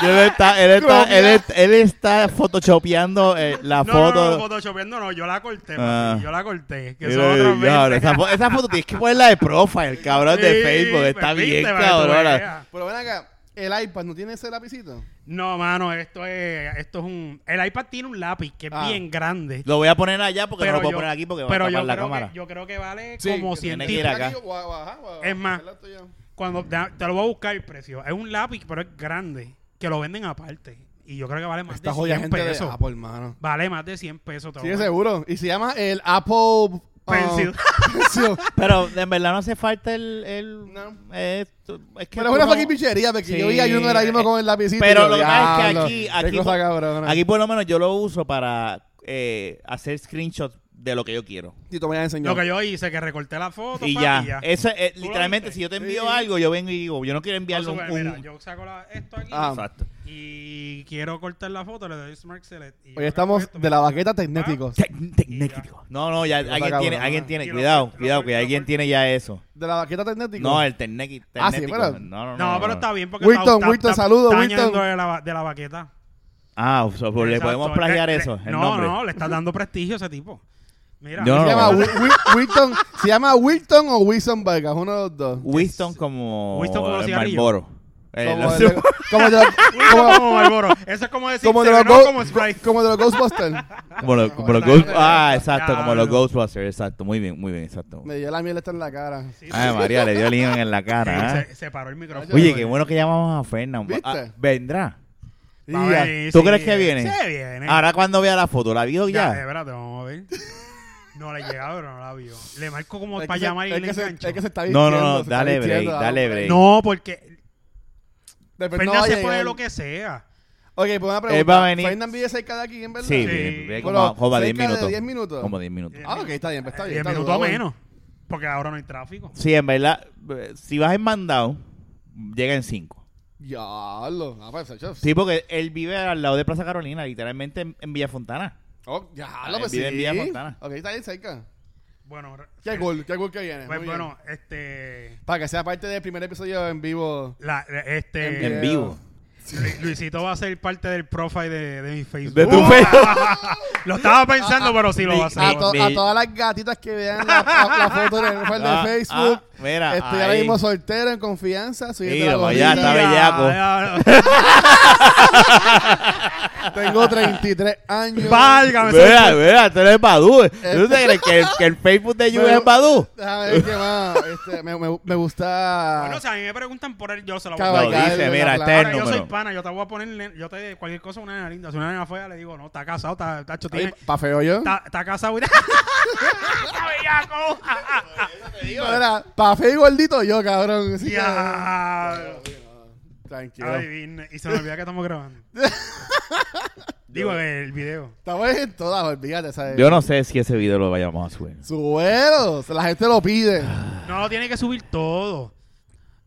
S3: yo- él, está, él, está, él, está- él está photoshopeando eh, la
S2: No,
S3: foto.
S2: no, no, photoshopeando no, yo la corté,
S3: Ah.
S2: papi, yo la corté. Que
S3: Mira,
S2: son otras
S3: diablo,
S2: 20.
S3: esa, fo- esa foto tienes que ponerla de profile, cabrón, de
S2: Sí,
S3: Facebook. Está
S2: pues,
S3: bien,
S2: viste, para que tú
S3: cabrón.
S2: veas.
S1: Pero ven acá, el iPad no tiene ese lapicito.
S2: No, mano, esto es, esto es un... El iPad tiene un lápiz que es
S1: Ah.
S2: bien grande.
S3: Lo voy a poner allá porque no
S2: Pero
S3: lo puedo
S2: yo-
S3: poner aquí porque va a
S2: pero
S3: tapar
S2: yo
S3: la
S2: creo
S3: cámara.
S2: Que, yo creo que vale
S1: Sí,
S2: como
S1: que
S2: 100
S3: tiene que ir
S2: tipos.
S3: a- acá.
S1: o a- o a- o a- o a-
S2: Es más.
S1: el otro ya.
S2: Cuando da- te lo voy a buscar el precio. Es un lápiz, pero es grande, que lo venden aparte. Y yo creo que vale más
S1: Esta
S2: de
S1: joya
S2: 100
S1: gente de
S2: pesos.
S1: Apple, hermano.
S2: Vale más de 100 pesos. te lo
S1: Sí,
S2: voy a-
S1: seguro. Y se llama el Apple ah,
S2: Pencil.
S1: Pencil.
S3: Pero en verdad no hace falta el. el
S1: No.
S3: esto- es que
S1: Pero es
S3: tú
S1: una
S3: no-
S1: fucking pichería, porque yo vi a
S3: Sí,
S1: uno ahora mismo
S3: eh,
S1: con el lapicito.
S3: Pero
S1: y yo,
S3: lo que pasa es que
S1: "Diablo,
S3: aquí-
S1: qué
S3: aquí-
S1: cosa cabrona".
S3: Aquí por lo menos yo lo uso para eh, hacer screenshots de lo que yo quiero.
S1: Y tú me has enseñado.
S2: Lo que yo hice, que recorté la foto,
S3: Y
S2: papi,
S3: ya.
S2: y ya.
S3: Eso es,
S2: lo
S3: literalmente,
S2: viste?
S3: si yo te envío
S1: Sí.
S3: algo, yo vengo y digo, yo no quiero
S2: No,
S3: enviarle un.
S2: super, mira,
S3: un-
S2: yo saco la- esto aquí
S1: Ah.
S3: Exacto.
S2: y quiero cortar la foto, le doy Smart Select. y yo
S1: Hoy
S2: le
S1: estamos
S2: pongo esto,
S1: de la baqueta tecnéticos.
S3: Tec- tecnético. No, no, ya
S1: Cosa
S3: alguien tiene,
S1: cabrona.
S3: alguien tiene,
S2: Y lo-
S3: cuidado,
S2: lo-
S3: cuidado, que
S2: lo-
S3: alguien
S2: lo-
S3: tiene ya eso.
S1: De la baqueta tecnéticos.
S3: No, el tecnético.
S1: Ah, sí,
S3: tecnético.
S1: pero-
S3: No, no, no,
S2: No,
S3: no,
S2: pero
S3: no.
S2: está bien porque
S1: Wilton, Wilton, saludo,
S2: está
S1: Wilton.
S2: añadiendo de la, ba- de la baqueta.
S3: Ah, o sea, pues le
S2: Exacto,
S3: podemos
S2: le-
S3: plagiar
S2: le-
S3: eso. El
S2: no,
S3: nombre.
S2: no, le estás dando prestigio a ese tipo. Mira,
S3: Yo no
S1: se,
S3: lo
S1: llama
S3: no.
S1: Wi- Wi- Wilton, se llama Wilton o Wilson Vargas, uno de los dos.
S3: Winston como.
S2: Winston como los
S3: el
S2: cigarrillos.
S3: Marlboro. Eh,
S1: Como
S3: los-
S1: de- como de- como-
S2: como Marlboro. Eso es como decir
S1: como de
S2: Seven
S1: los
S2: Up,
S1: Go-
S2: como Sprite.
S1: como de los Ghostbusters.
S3: Como los, como los
S2: Joder,
S3: Ghost- Ah, exacto, como los
S2: diablo.
S3: Ghostbusters, exacto. Muy bien, muy bien, exacto.
S1: Me dio la miel esta en la cara.
S2: Sí,
S3: Ay, María, le dio el en la
S2: sí,
S3: cara. ¿eh?
S2: se, se paró el micrófono.
S3: Ah, Oye, qué bueno que llamamos a Fernando.
S1: ¿Viste?
S3: vendrá.
S1: Y
S2: Va a
S1: ya.
S2: venir,
S3: ¿Tú
S2: sí,
S3: crees que viene?
S2: Sí, viene.
S3: Ahora cuando vea la foto, ¿la vio
S2: ya.
S3: ya?
S2: espérate, vamos a ver. No le llegaba, pero no la vio. Le marco como
S1: Es
S2: para
S1: que se-
S2: llamar y
S1: es
S2: le
S1: que se-
S2: engancho.
S1: es que se está
S3: No, no, no,
S1: vistiendo, se está
S3: dale break,
S1: vistiendo,
S3: dale break.
S2: No, porque
S1: Después Pues no
S2: Fernan
S1: va a
S2: se
S1: llegar.
S2: pone lo que sea.
S1: Ok, pues una pregunta.
S3: Él va a venir-
S1: Fernan vive cerca de aquí, en verdad?
S3: Sí,
S2: Sí.
S3: bien, bien,
S1: Bueno,
S3: como, como a 10
S1: cerca de
S3: minutos.
S1: 10 minutos.
S3: Como 10 minutos.
S1: Ah, ok, está bien, pues está bien.
S2: 10
S1: está
S2: minutos
S1: bien.
S2: menos. Porque ahora no hay tráfico.
S3: Sí, en verdad, eh, si vas en mandado, llega en 5.
S1: Diablo. Ah, pues, yo-
S3: Sí, porque él vive al lado de Plaza Carolina, literalmente en, en Villa Fontana.
S1: Oh, diablo, pues
S3: Ah,
S1: sí.
S3: Vive en Villa Fontana.
S1: Ok, está bien cerca.
S2: Bueno, re-
S1: Qué cool, qué cool que viene.
S2: pues
S1: muy bien.
S2: bueno, este.
S1: Para que sea parte del primer episodio en vivo.
S2: La, la- este.
S1: En
S3: En vivo.
S2: Lu- Luisito va a ser parte del profile de, de mi Facebook.
S3: De tu
S2: ¡Uh!
S3: Facebook.
S2: Lo estaba pensando, pero sí lo va a hacer.
S1: A, to-
S3: Me-
S1: a todas las gatitas que vean la, la- la foto en el perfil de
S3: Ah,
S1: Facebook.
S3: ah, mira,
S1: estoy ahora
S3: ahí.
S1: mismo soltero, en confianza. Soy
S3: Mira,
S1: heterogéneo,
S3: pues ya está bellaco.
S2: bellaco.
S1: Tengo 33 años.
S2: Válgame.
S3: Vea,
S2: ese-
S3: vea, tú eres Badu. ¿Tú te crees que, que el Facebook de Yu
S1: Eh. Pero-
S3: es Badu?
S1: Déjame ver qué más. Este, me, me- me gusta.
S2: Bueno, si a mí me preguntan por él, yo se lo voy a
S1: Cabalgar,
S3: No,
S2: poner.
S3: dice,
S1: ¿verdad?
S3: mira, este es
S2: Ahora,
S3: el
S2: yo soy
S3: número.
S2: pana, yo te voy a poner, nen- yo te cualquier cosa, una nena linda, si una nena fea, le digo, no, está casado, está, está, hecho, tiene-
S1: ¿Para feo yo?
S2: está, está casado y está bellaco.
S1: Para feo y gordito yo, cabrón. Así que-
S2: Diablo.
S1: Tranquilo.
S2: Adivine. Y se me olvida que estamos grabando. Digo, el video.
S1: Estamos en todas, olvídate, ¿sabes?
S3: Yo no sé si ese video lo vayamos a subir.
S1: Suelos, la gente lo pide.
S2: No lo tiene que subir todo.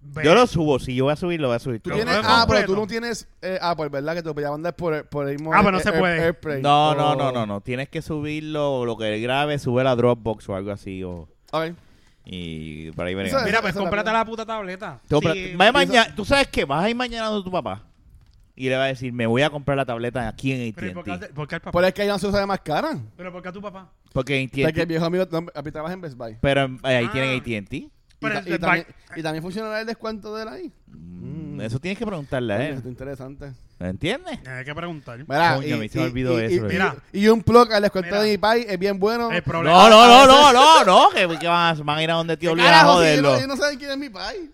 S2: Ve-
S3: Yo lo subo, si yo voy a subir, lo voy a subir.
S1: Tú
S3: todo.
S1: tienes,
S2: no es
S1: ah, pero
S2: completo.
S1: tú no tienes eh, Apple, ¿verdad? Que te voy a mandar por, por el mismo.
S2: Ah, pero no
S1: Air-
S2: se
S1: Air-
S2: puede.
S1: Airplay.
S3: No,
S1: O-
S3: no, no, no, no. Tienes que subirlo, lo que él grabe, sube a la Dropbox o algo así. O,
S1: Ok.
S3: y por ahí
S1: Eso
S3: veremos.
S1: es-
S2: Mira, pues
S1: esa es la
S2: cómprate
S1: verdad.
S2: la puta tableta.
S3: Tú,
S2: Sí,
S3: compra- va maña- Tú sabes que vas a ir mañana donde tu papá y le vas a decir, me voy a comprar la tableta aquí en
S2: pero ¿y ¿por qué,
S3: AT&T.
S2: al- por qué al papá?
S1: Pero es que ya no se usa de más cara.
S2: ¿Pero por qué a tu papá?
S3: Porque en
S1: Porque el
S3: AT&T...
S1: viejo amigo tam- a mí trabaja en Best Buy.
S3: Pero en- eh, ahí
S2: Ah.
S3: tienen AT&T.
S1: Y,
S2: Pero
S1: ta-
S2: el-
S1: y
S2: el-
S1: también, y también funcionará el descuento de él ahí.
S3: Mm, Eso tienes que preguntarle a
S1: Está
S3: él.
S1: interesante.
S3: ¿Entiendes?
S2: Eh, Hay que preguntar.
S1: Mira,
S3: Coño,
S1: y,
S3: me se
S1: y-
S3: me olvidó
S1: y-
S3: eso, eh.
S1: y-
S3: bro.
S2: Mira.
S1: Y, y un plug al descuento
S2: Mira. Eh, pues,
S1: de mi pai es bien bueno.
S2: El problema.
S3: No, no, no, no, no, no. Que, que van, a, van a ir a donde tío Luis a
S1: Carajo, si yo
S3: joderlo.
S1: no, yo no saben quién es mi pai.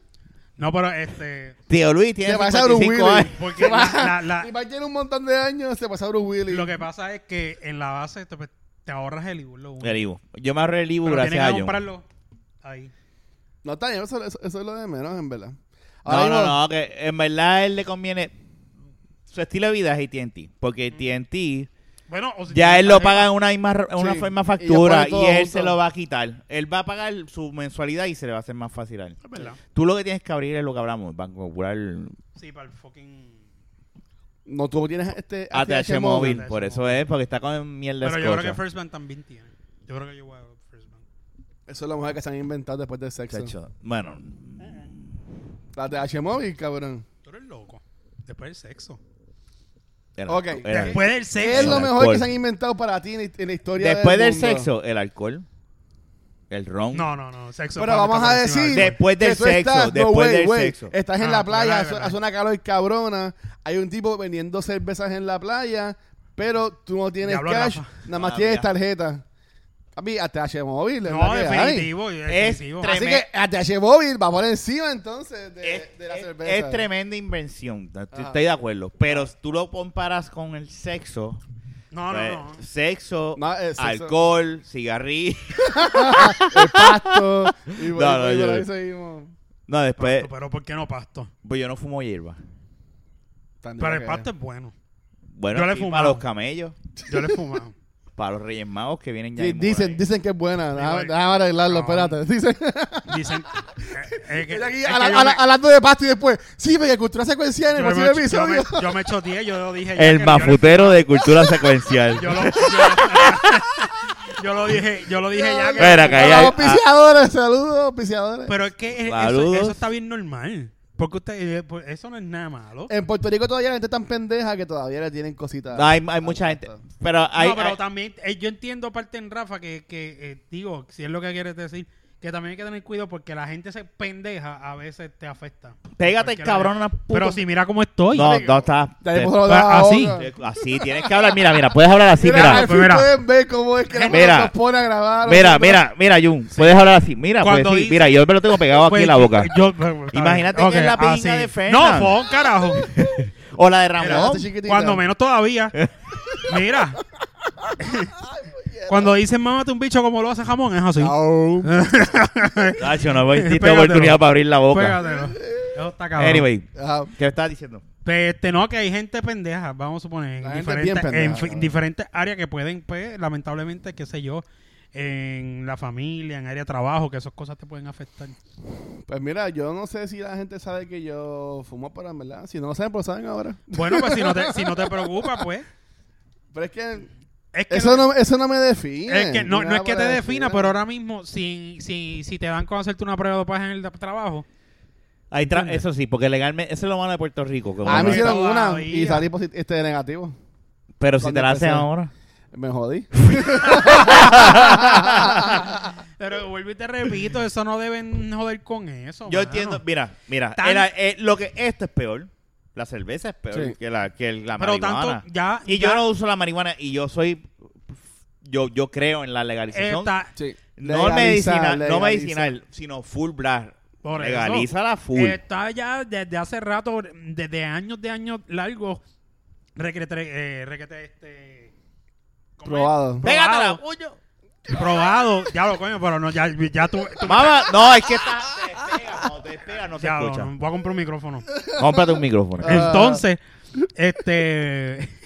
S2: No, pero este.
S3: Tío Luis tiene
S1: Se pasa Bruce
S3: 55
S1: Willis.
S3: años.
S2: Porque la- la- la-
S1: Mi pai tiene un montón de años, se pasa Bruce Willis.
S2: Ah. Lo que pasa es que en la base te, pues, te ahorras el IBU, lo único.
S3: El Ibu. Yo me ahorré el Ibu
S2: Pero
S3: gracias
S2: tienes
S3: a
S2: que
S3: John.
S2: comprarlo ahí.
S1: No, está bien, eso, eso- eso es lo de menos, en verdad.
S3: No,
S1: Ahora mismo-
S3: no, no, que en verdad a él le conviene. Su estilo de vida es ATT. Porque
S1: Mm.
S3: ATT
S2: Bueno, o si
S3: ya
S2: tienes
S3: él lo
S2: tarjeta-
S3: paga en una misma, en una
S1: Sí,
S3: misma
S1: y ya
S3: factura
S1: pone
S3: y,
S1: todo
S3: él
S1: junto.
S3: se lo va a quitar. Él va a pagar su mensualidad y se le va a hacer más fácil a él.
S2: Es verdad.
S3: Tú lo que tienes que abrir es lo que hablamos: Banco Popular,
S2: Sí, para el fucking.
S1: No, tú tienes este
S3: ATH
S1: móvil.
S3: móvil. Por eso es, porque está con mierda.
S2: Pero yo creo que
S3: escocha.
S2: First Bank también tiene. Yo creo que yo voy a First Bank.
S1: Eso es la mujer que se han inventado después del sexo.
S3: Chacho, Bueno,
S1: La TH móvil, cabrón.
S2: Tú eres loco. Después del sexo.
S3: era-
S1: Ok.
S3: era-
S2: Después del
S1: ¿Qué es
S2: sexo.
S1: lo
S3: El
S1: mejor
S3: alcohol.
S1: que se han inventado para ti en, la- en la historia
S3: Después del
S1: mundo?
S3: sexo, el alcohol, el ron.
S2: No, no, no. Sexo.
S1: Pero
S2: para mí
S1: vamos
S2: está
S1: a
S2: por encima
S1: decir...
S2: de-
S3: Después del
S1: que tú
S3: sexo, después del sexo.
S1: Estás en
S2: Ah,
S1: la
S2: pues,
S1: playa,
S2: verdad,
S1: hace,
S2: verdad.
S1: hace una calor cabrona, hay un tipo vendiendo cervezas en la playa, pero tú no tienes
S2: Diablo,
S1: cash,
S2: Rafa.
S1: nada más
S3: Ah,
S1: tienes
S3: mira.
S1: tarjeta. A mí, ATH móvil. es
S2: No,
S1: la que hay.
S2: definitivo. definitivo.
S3: tremendo.
S1: Así que ah, ATH móvil va por encima entonces de,
S3: Es,
S1: de la
S3: es-
S1: cerveza.
S3: es tremenda invención, t-
S1: Ajá.
S3: estoy de acuerdo. Pero si tú lo comparas con el sexo,
S2: Ah, No, no,
S3: pues,
S2: no.
S3: sexo,
S1: No, es eh, sexo.
S3: alcohol, cigarrillo.
S1: El pasto. Y por,
S3: No, no,
S1: y por
S3: yo-
S1: ahí seguimos.
S3: No, después,
S2: Pasto, pero ¿por qué no pasto?
S3: pues yo no fumo hierba.
S1: Tan
S2: Pero el
S1: que-
S2: pasto es bueno.
S3: Bueno,
S2: Yo le he
S3: sí, para
S2: fumado.
S3: los camellos,
S2: Yo le he fumado.
S3: para los reyes magos que vienen ya.
S1: Sí,
S3: mismo por
S1: dicen,
S3: ahí.
S1: dicen que es buena. Déjame,
S2: Igual.
S1: déjame arreglarlo,
S2: No.
S1: espérate. Dicen.
S2: Dicen. eh, eh, que-
S1: Y aquí
S2: es que
S1: habla-
S2: yo
S1: habla-
S2: me-
S1: hablando de pasto y después. Sí, porque cultura secuencial en el
S2: yo me-
S1: próximo
S2: Yo
S1: episodio.
S2: me- yo me choteé, yo lo dije. ya
S3: El
S2: que yo le-
S3: mafutero de cultura secuencial.
S2: Yo lo, yo- yo lo dije, yo lo dije ya. que-
S3: Espera,
S1: A
S3: que
S1: los
S3: hay-
S1: auspiciadores, saludos, auspiciadores.
S2: Pero es que es- eso,
S3: Saludos.
S2: eso está bien normal. Porque usted, eh, pues, eso no es nada malo.
S1: En Puerto Rico todavía la gente es tan pendeja que todavía le tienen cositas.
S3: ah, hay, hay mucha gente. Pero hay,
S2: no, pero
S3: hay-
S2: también, eh, yo entiendo aparte en Rafa que, que, eh, digo, si es lo que quieres decir, que también hay que tener cuidado porque la gente se pendeja a veces te afecta.
S3: pégate
S2: Porque la-
S3: cabrón. una
S2: Pero
S3: puta-
S2: si mira cómo estoy.
S3: no, no estás.
S1: Ya le puso los
S2: pero
S1: dedos a la
S2: así.
S1: boca.
S3: Así tienes que hablar. Mira, mira, puedes hablar así.
S1: Mira,
S3: Mira,
S1: al fin
S2: mira.
S1: pueden ver cómo es que la
S3: Mira.
S1: nos pone a grabar.
S3: Mira,
S1: nosotros.
S3: mira, mira, Jun, puedes hablar así. Mira,
S2: Cuando
S3: pues sí,
S2: dice-
S3: mira, yo me lo tengo pegado aquí
S2: Pues,
S3: en la boca.
S2: yo- yo- está
S3: Imagínate
S2: bien.
S3: que es
S2: Ok,
S3: la pinga
S2: así.
S3: de Fernan.
S2: No, fue carajo.
S3: O la de
S1: Mira, este
S3: Ramón.
S1: esta chiquitita.
S2: Cuando menos todavía. Mira.
S3: pues,
S2: Cuando dicen mámate un bicho como lo hace jamón, es así.
S1: Au.
S3: Nacho, no voy- diste
S2: Pégatelo.
S3: oportunidad para abrir la boca.
S2: Pégatelo. Eso está cabrón.
S3: Anyway,
S1: Ajá.
S3: ¿qué estás diciendo?
S2: Pues, este, no, que hay gente pendeja, vamos a suponer,
S1: La
S2: en
S1: gente es
S2: diferentes,
S1: bien pendeja,
S2: en fi-
S1: cabrón.
S2: diferentes áreas que pueden, pues, lamentablemente, qué sé yo, en la familia, en área de trabajo, que esas cosas te pueden afectar.
S1: Pues mira, yo no sé si la gente sabe que yo fumo para en verdad. Si no lo saben, pues lo saben ahora.
S2: Bueno, pues si no te, si no te preocupa, pues.
S1: Pero es que
S2: Es que
S1: eso no, eso no me define.
S2: es que, no,
S1: ni
S2: no es
S1: nada
S2: que
S1: por
S2: te
S1: el
S2: defina,
S1: estilo.
S2: pero ahora mismo, si, si, si te dan con hacerte una prueba de dopaje en el de- trabajo,
S3: Hay tra-
S2: ¿Entiendes?
S3: eso sí, porque legalmente, eso es lo malo de Puerto Rico. que
S1: A mí
S3: bueno,
S1: Ah, me hicieron
S2: Todavía.
S1: una y salí posit- este negativo.
S3: pero si
S1: cuando
S3: te la hacen
S1: empezó.
S3: ahora.
S1: Me jodí.
S2: Pero vuelvo y te repito, eso no deben joder con eso.
S3: Yo
S2: mano.
S3: entiendo, mira, mira,
S2: Tan-
S3: era- eh, lo que esto es peor, la cerveza es peor
S1: Sí.
S3: que la, que la
S2: Pero
S3: marihuana.
S2: tanto, ya.
S3: Y
S2: ya
S3: yo no uso la marihuana y yo soy yo yo creo en la legalización
S2: está-
S1: Sí.
S3: no medicinal, no
S1: legaliza.
S3: medicinal, sino full blast.
S2: Por eso. Eh,
S3: Legalízala full.
S2: Está ya desde hace rato, desde años de años largos, requete, eh, requete, este... ¿cómo es?
S1: Probado.
S3: Pégatela,
S2: Probado. Probado. Ya lo coño, pero no, ya, ya tú... tú-
S3: Mamá, no, es que está, te despega, cuando te despega no se
S2: ya,
S3: escucha.
S2: no, Eh, voy a comprar un micrófono.
S3: Cómprate un micrófono.
S1: Ah.
S2: Entonces, este...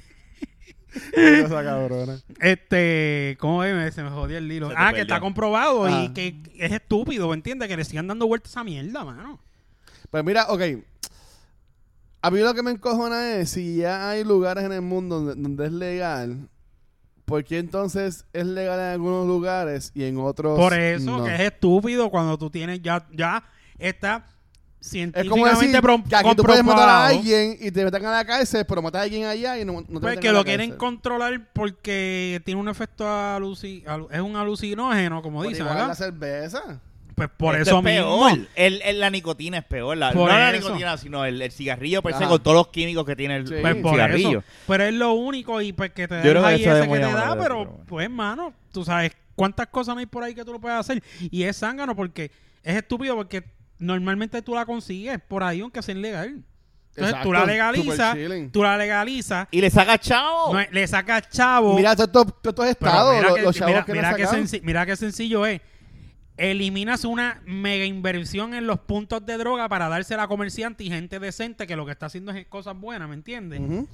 S1: Esa cabrona.
S2: Este, ¿cómo es? Se me jodió el hilo.
S3: Se te
S2: Ah, que
S3: perdió.
S2: está comprobado
S1: Ah.
S2: y que es estúpido, ¿entiendes? Que le sigan dando vueltas a esa mierda, mano.
S1: Pues mira, ok. A mí lo que me encojona es si ya hay lugares en el mundo donde, donde es legal, ¿por qué entonces es legal en algunos lugares y en otros
S2: Por eso
S1: Pues, no?
S2: que es estúpido cuando tú tienes ya, ya está
S1: Es como decir
S2: científicamente prom-
S1: que aquí tú puedes matar a
S2: comprobado,
S1: alguien y te metan a la cárcel, pero matar a alguien allá y no, no te
S2: pues
S1: meten
S2: que
S1: a la
S2: lo quieren
S1: cárcel.
S2: controlar porque tiene un efecto aluci alu- es un alucinógeno, como
S1: Por
S2: dicen,
S1: Pues igual la
S2: ¿verdad?
S1: cerveza.
S2: Pues por
S3: Esto
S2: eso
S3: es peor.
S2: mismo.
S3: El, el- la nicotina es peor. La,
S2: Por
S3: no la
S2: eso.
S3: nicotina, sino el, el cigarrillo per se
S1: Ajá.
S3: con todos los químicos que tiene el,
S1: Sí.
S2: Pues
S3: el
S2: por
S3: cigarrillo.
S2: eso. Pero es lo único y pues que te da
S3: Yo
S2: el
S3: creo que
S2: high
S3: eso es
S2: ese
S3: muy
S2: que te da,
S3: amargo,
S2: pero
S3: pero bueno.
S2: pues mano, tú sabes cuántas cosas no hay por ahí que tú lo puedes hacer y es zángano porque es estúpido porque normalmente tú la consigues por ahí aunque sea ilegal. Entonces tú
S1: Exacto,
S2: la
S1: super
S2: legalizas,
S1: chilling.
S2: tú la legalizas,
S3: Y le saca chao.
S2: no es- le sacas chavo.
S1: Mira, todos estos todos estos
S2: Oh. pero
S1: estados,
S2: mira
S1: los,
S2: que-
S1: los chavos
S2: mira-
S1: que
S2: mira
S1: le
S2: qué
S1: sacaron.
S2: senci- mira qué sencillo es. Eliminas una mega inversión en los puntos de droga para dársela a comerciantes y gente decente que lo que está haciendo es cosas buenas, ¿me entiendes?
S1: Ujú.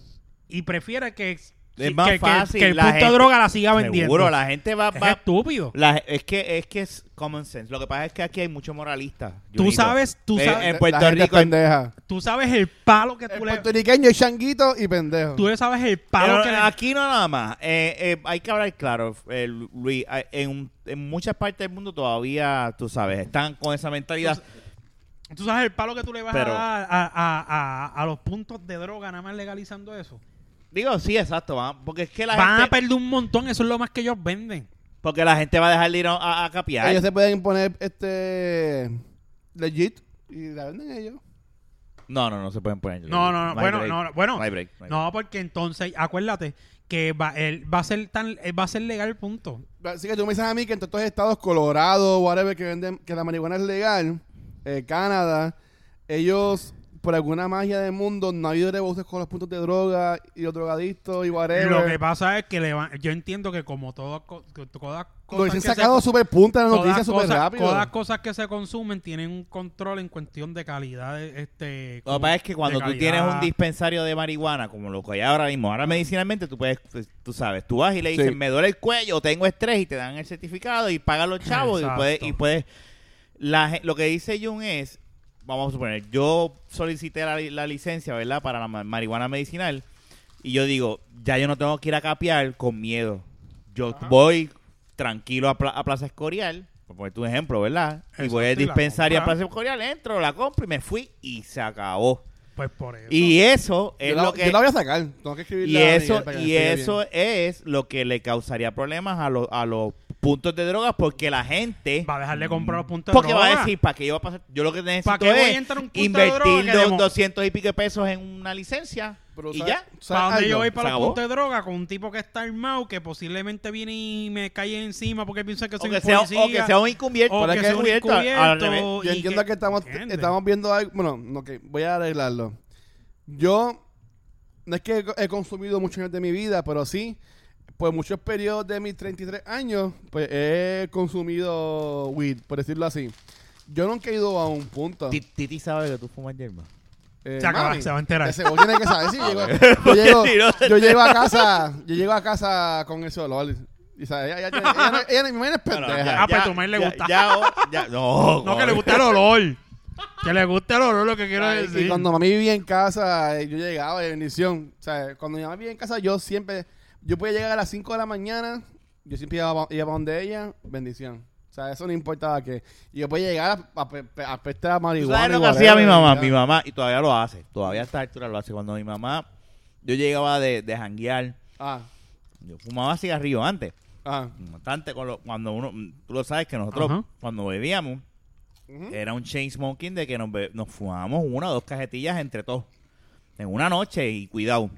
S2: y prefiere que, que-
S3: más
S2: que-
S3: fácil,
S2: que el
S3: la
S2: punto
S3: gente-
S2: de droga la siga vendiendo.
S3: Seguro, la gente va,
S2: es
S3: va-
S2: estúpido.
S3: La- es que es que es common sense. Lo que pasa es que aquí hay mucho moralista.
S2: Tú
S3: Junito.
S2: sabes- tú
S3: Eh,
S2: sabes-
S3: En Puerto
S1: la gente
S3: Rico
S1: es
S3: hay-
S1: pendeja.
S2: Tú sabes el palo que
S1: El
S2: tú le...
S1: puertorriqueño es changuito y pendejo.
S2: Tú le sabes el palo
S3: pero
S2: que le...
S3: aquí no nada más. Eh, eh, hay que hablar claro, eh, Luis. eh, En, en muchas partes del mundo todavía, tú sabes, están con esa mentalidad.
S2: Pues- Tú sabes el palo que tú le vas
S3: Pero-
S2: a dar a, a- a- a los puntos de droga nada más legalizando eso.
S3: Digo, sí, exacto. van- porque es que la
S2: Van a
S3: gente,
S2: perder un montón. Eso es lo más que ellos venden.
S3: porque la gente va a dejar de ir a- a, a capiar.
S1: Ellos se pueden poner este legit y la venden ellos.
S3: No, no, no se pueden poner.
S2: No, no, no.
S3: hay
S2: bueno,
S3: break.
S2: no, no, bueno.
S3: No hay break, no hay
S2: No, porque entonces, acuérdate que va, él va a ser tan, él va a ser legal punto.
S1: Así que tú me dices a mí que en todos estos estados, Colorado, whatever, que venden, que la marihuana es legal, eh, Canadá, ellos, por alguna magia del mundo, no ha habido rebotes con los puntos de droga y los drogadictos y whatever.
S2: Lo que pasa es que le van, yo entiendo que como todo, co- que todas
S1: Lo
S2: cosas
S1: hubiesen
S2: que se-
S1: sacado súper punta en la
S2: todas
S1: noticia súper
S2: cosas-
S1: rápido.
S2: todas cosas que se consumen tienen un control en cuestión de calidad. de- Este,
S3: Lo que pasa es que cuando
S2: de
S3: tú
S2: calidad.
S3: tienes un dispensario de marihuana, como lo que hay ahora mismo, ahora medicinalmente tú puedes, pues, tú sabes, tú vas y le dices,
S1: Sí.
S3: me duele el cuello, tengo estrés y te dan el certificado y pagan los chavos y
S2: Exacto.
S3: puedes, y puedes, la gen- lo que dice Jun es, vamos a suponer, yo solicité la, la licencia, ¿verdad? Para la ma- marihuana medicinal y yo digo, ya yo no tengo que ir a capear con miedo. Yo voy tranquilo a, Pla- a Plaza Escorial, por poner tu ejemplo, ¿verdad? Y
S2: Exacto,
S3: voy
S2: y
S3: al
S2: la
S3: dispensario a
S2: compras.
S3: Plaza Escorial, entro, la compro y me fui y se acabó.
S2: Pues por eso.
S3: Y eso es
S1: yo, la,
S3: lo que
S1: yo la voy a sacar. Tengo que escribirla
S3: y
S1: a Miguel
S3: eso
S1: para que
S3: y
S1: me explique
S3: eso es lo que le causaría problemas a los a los puntos de drogas porque la gente
S2: va a dejarle comprar los puntos
S3: Mm. porque
S2: de
S3: va
S2: droga.
S3: a decir para qué yo voy a pasar yo lo que necesito
S2: ¿Para qué voy a
S3: es
S2: entrar a un punto de droga
S3: invertir
S2: que
S3: dos-
S2: demo-
S3: 200 y pico de pesos en una licencia
S1: bien. Pero,
S3: y
S1: ¿sabes-
S3: ya
S2: ¿Para
S1: sabes
S2: dónde
S1: algo?
S2: yo voy para
S3: ¿Se
S2: los
S3: acabó?
S2: puntos de droga? Con un tipo que está armado, que posiblemente viene y me cae encima porque piensa que
S3: o
S2: soy
S3: que,
S2: un
S3: sea,
S2: policía.
S3: o que sea un encubierto
S2: o
S1: Pero
S2: que
S1: es que
S2: sea un
S3: encubierto, al- al
S2: encubierto,
S3: revés.
S1: Yo
S2: y
S1: entiendo que, estamos,
S2: ¿entiendes?
S1: estamos viendo algo. Bueno, no, que voy a arreglarlo. Yo no es que he consumido mucho años de mi vida, pero sí, pues muchos periodos de mis 33 años, pues he consumido weed, por decirlo así. Yo nunca he ido a un punto.
S3: Ti- Titi sabe que tú fumas yerba
S1: Eh,
S2: Se acaba, se va a enterar.
S1: ese vos tiene que saber. Sí, llego- yo, llego,
S3: si no se
S1: yo llego a casa, yo llego a casa con ese olor. Y sabe, ella, ella, ella, no- ella no- mi madre es
S3: Bueno,
S1: pendeja.
S3: ya-
S2: Ah, pues
S3: ya-
S2: tu mail le
S3: ya-
S2: gusta.
S3: ya- ya- no
S2: No, que le guste el olor. Que le guste el olor, lo que quiero
S1: Ay,
S2: decir.
S1: Y cuando mami vivía en casa, eh, yo llegaba de bendición. O sea, cuando mi mamá vivía en casa, yo siempre, yo podía llegar a las 5 de la mañana, yo siempre iba, pa- iba para donde ella, bendición. O sea, eso no importaba que yo puedo llegar a, a, pe- pe- a apestar a
S3: ¿Tú
S1: marihuana.
S3: sabes
S1: y
S3: lo que hacía
S1: whatever,
S3: mi mamá?
S1: ya.
S3: Mi mamá, y todavía lo hace, todavía a esta altura lo hace. Cuando mi mamá, yo llegaba de, de janguear,
S1: Ah,
S3: yo fumaba cigarrillo antes.
S1: ah.
S3: Bastante con lo- cuando uno, mm, tú lo sabes que nosotros,
S2: Ajá.
S3: cuando bebíamos,
S1: Ujú.
S3: era un chain smoking de que nos, be- nos fumábamos una o dos cajetillas entre todos. En una noche y cuidado.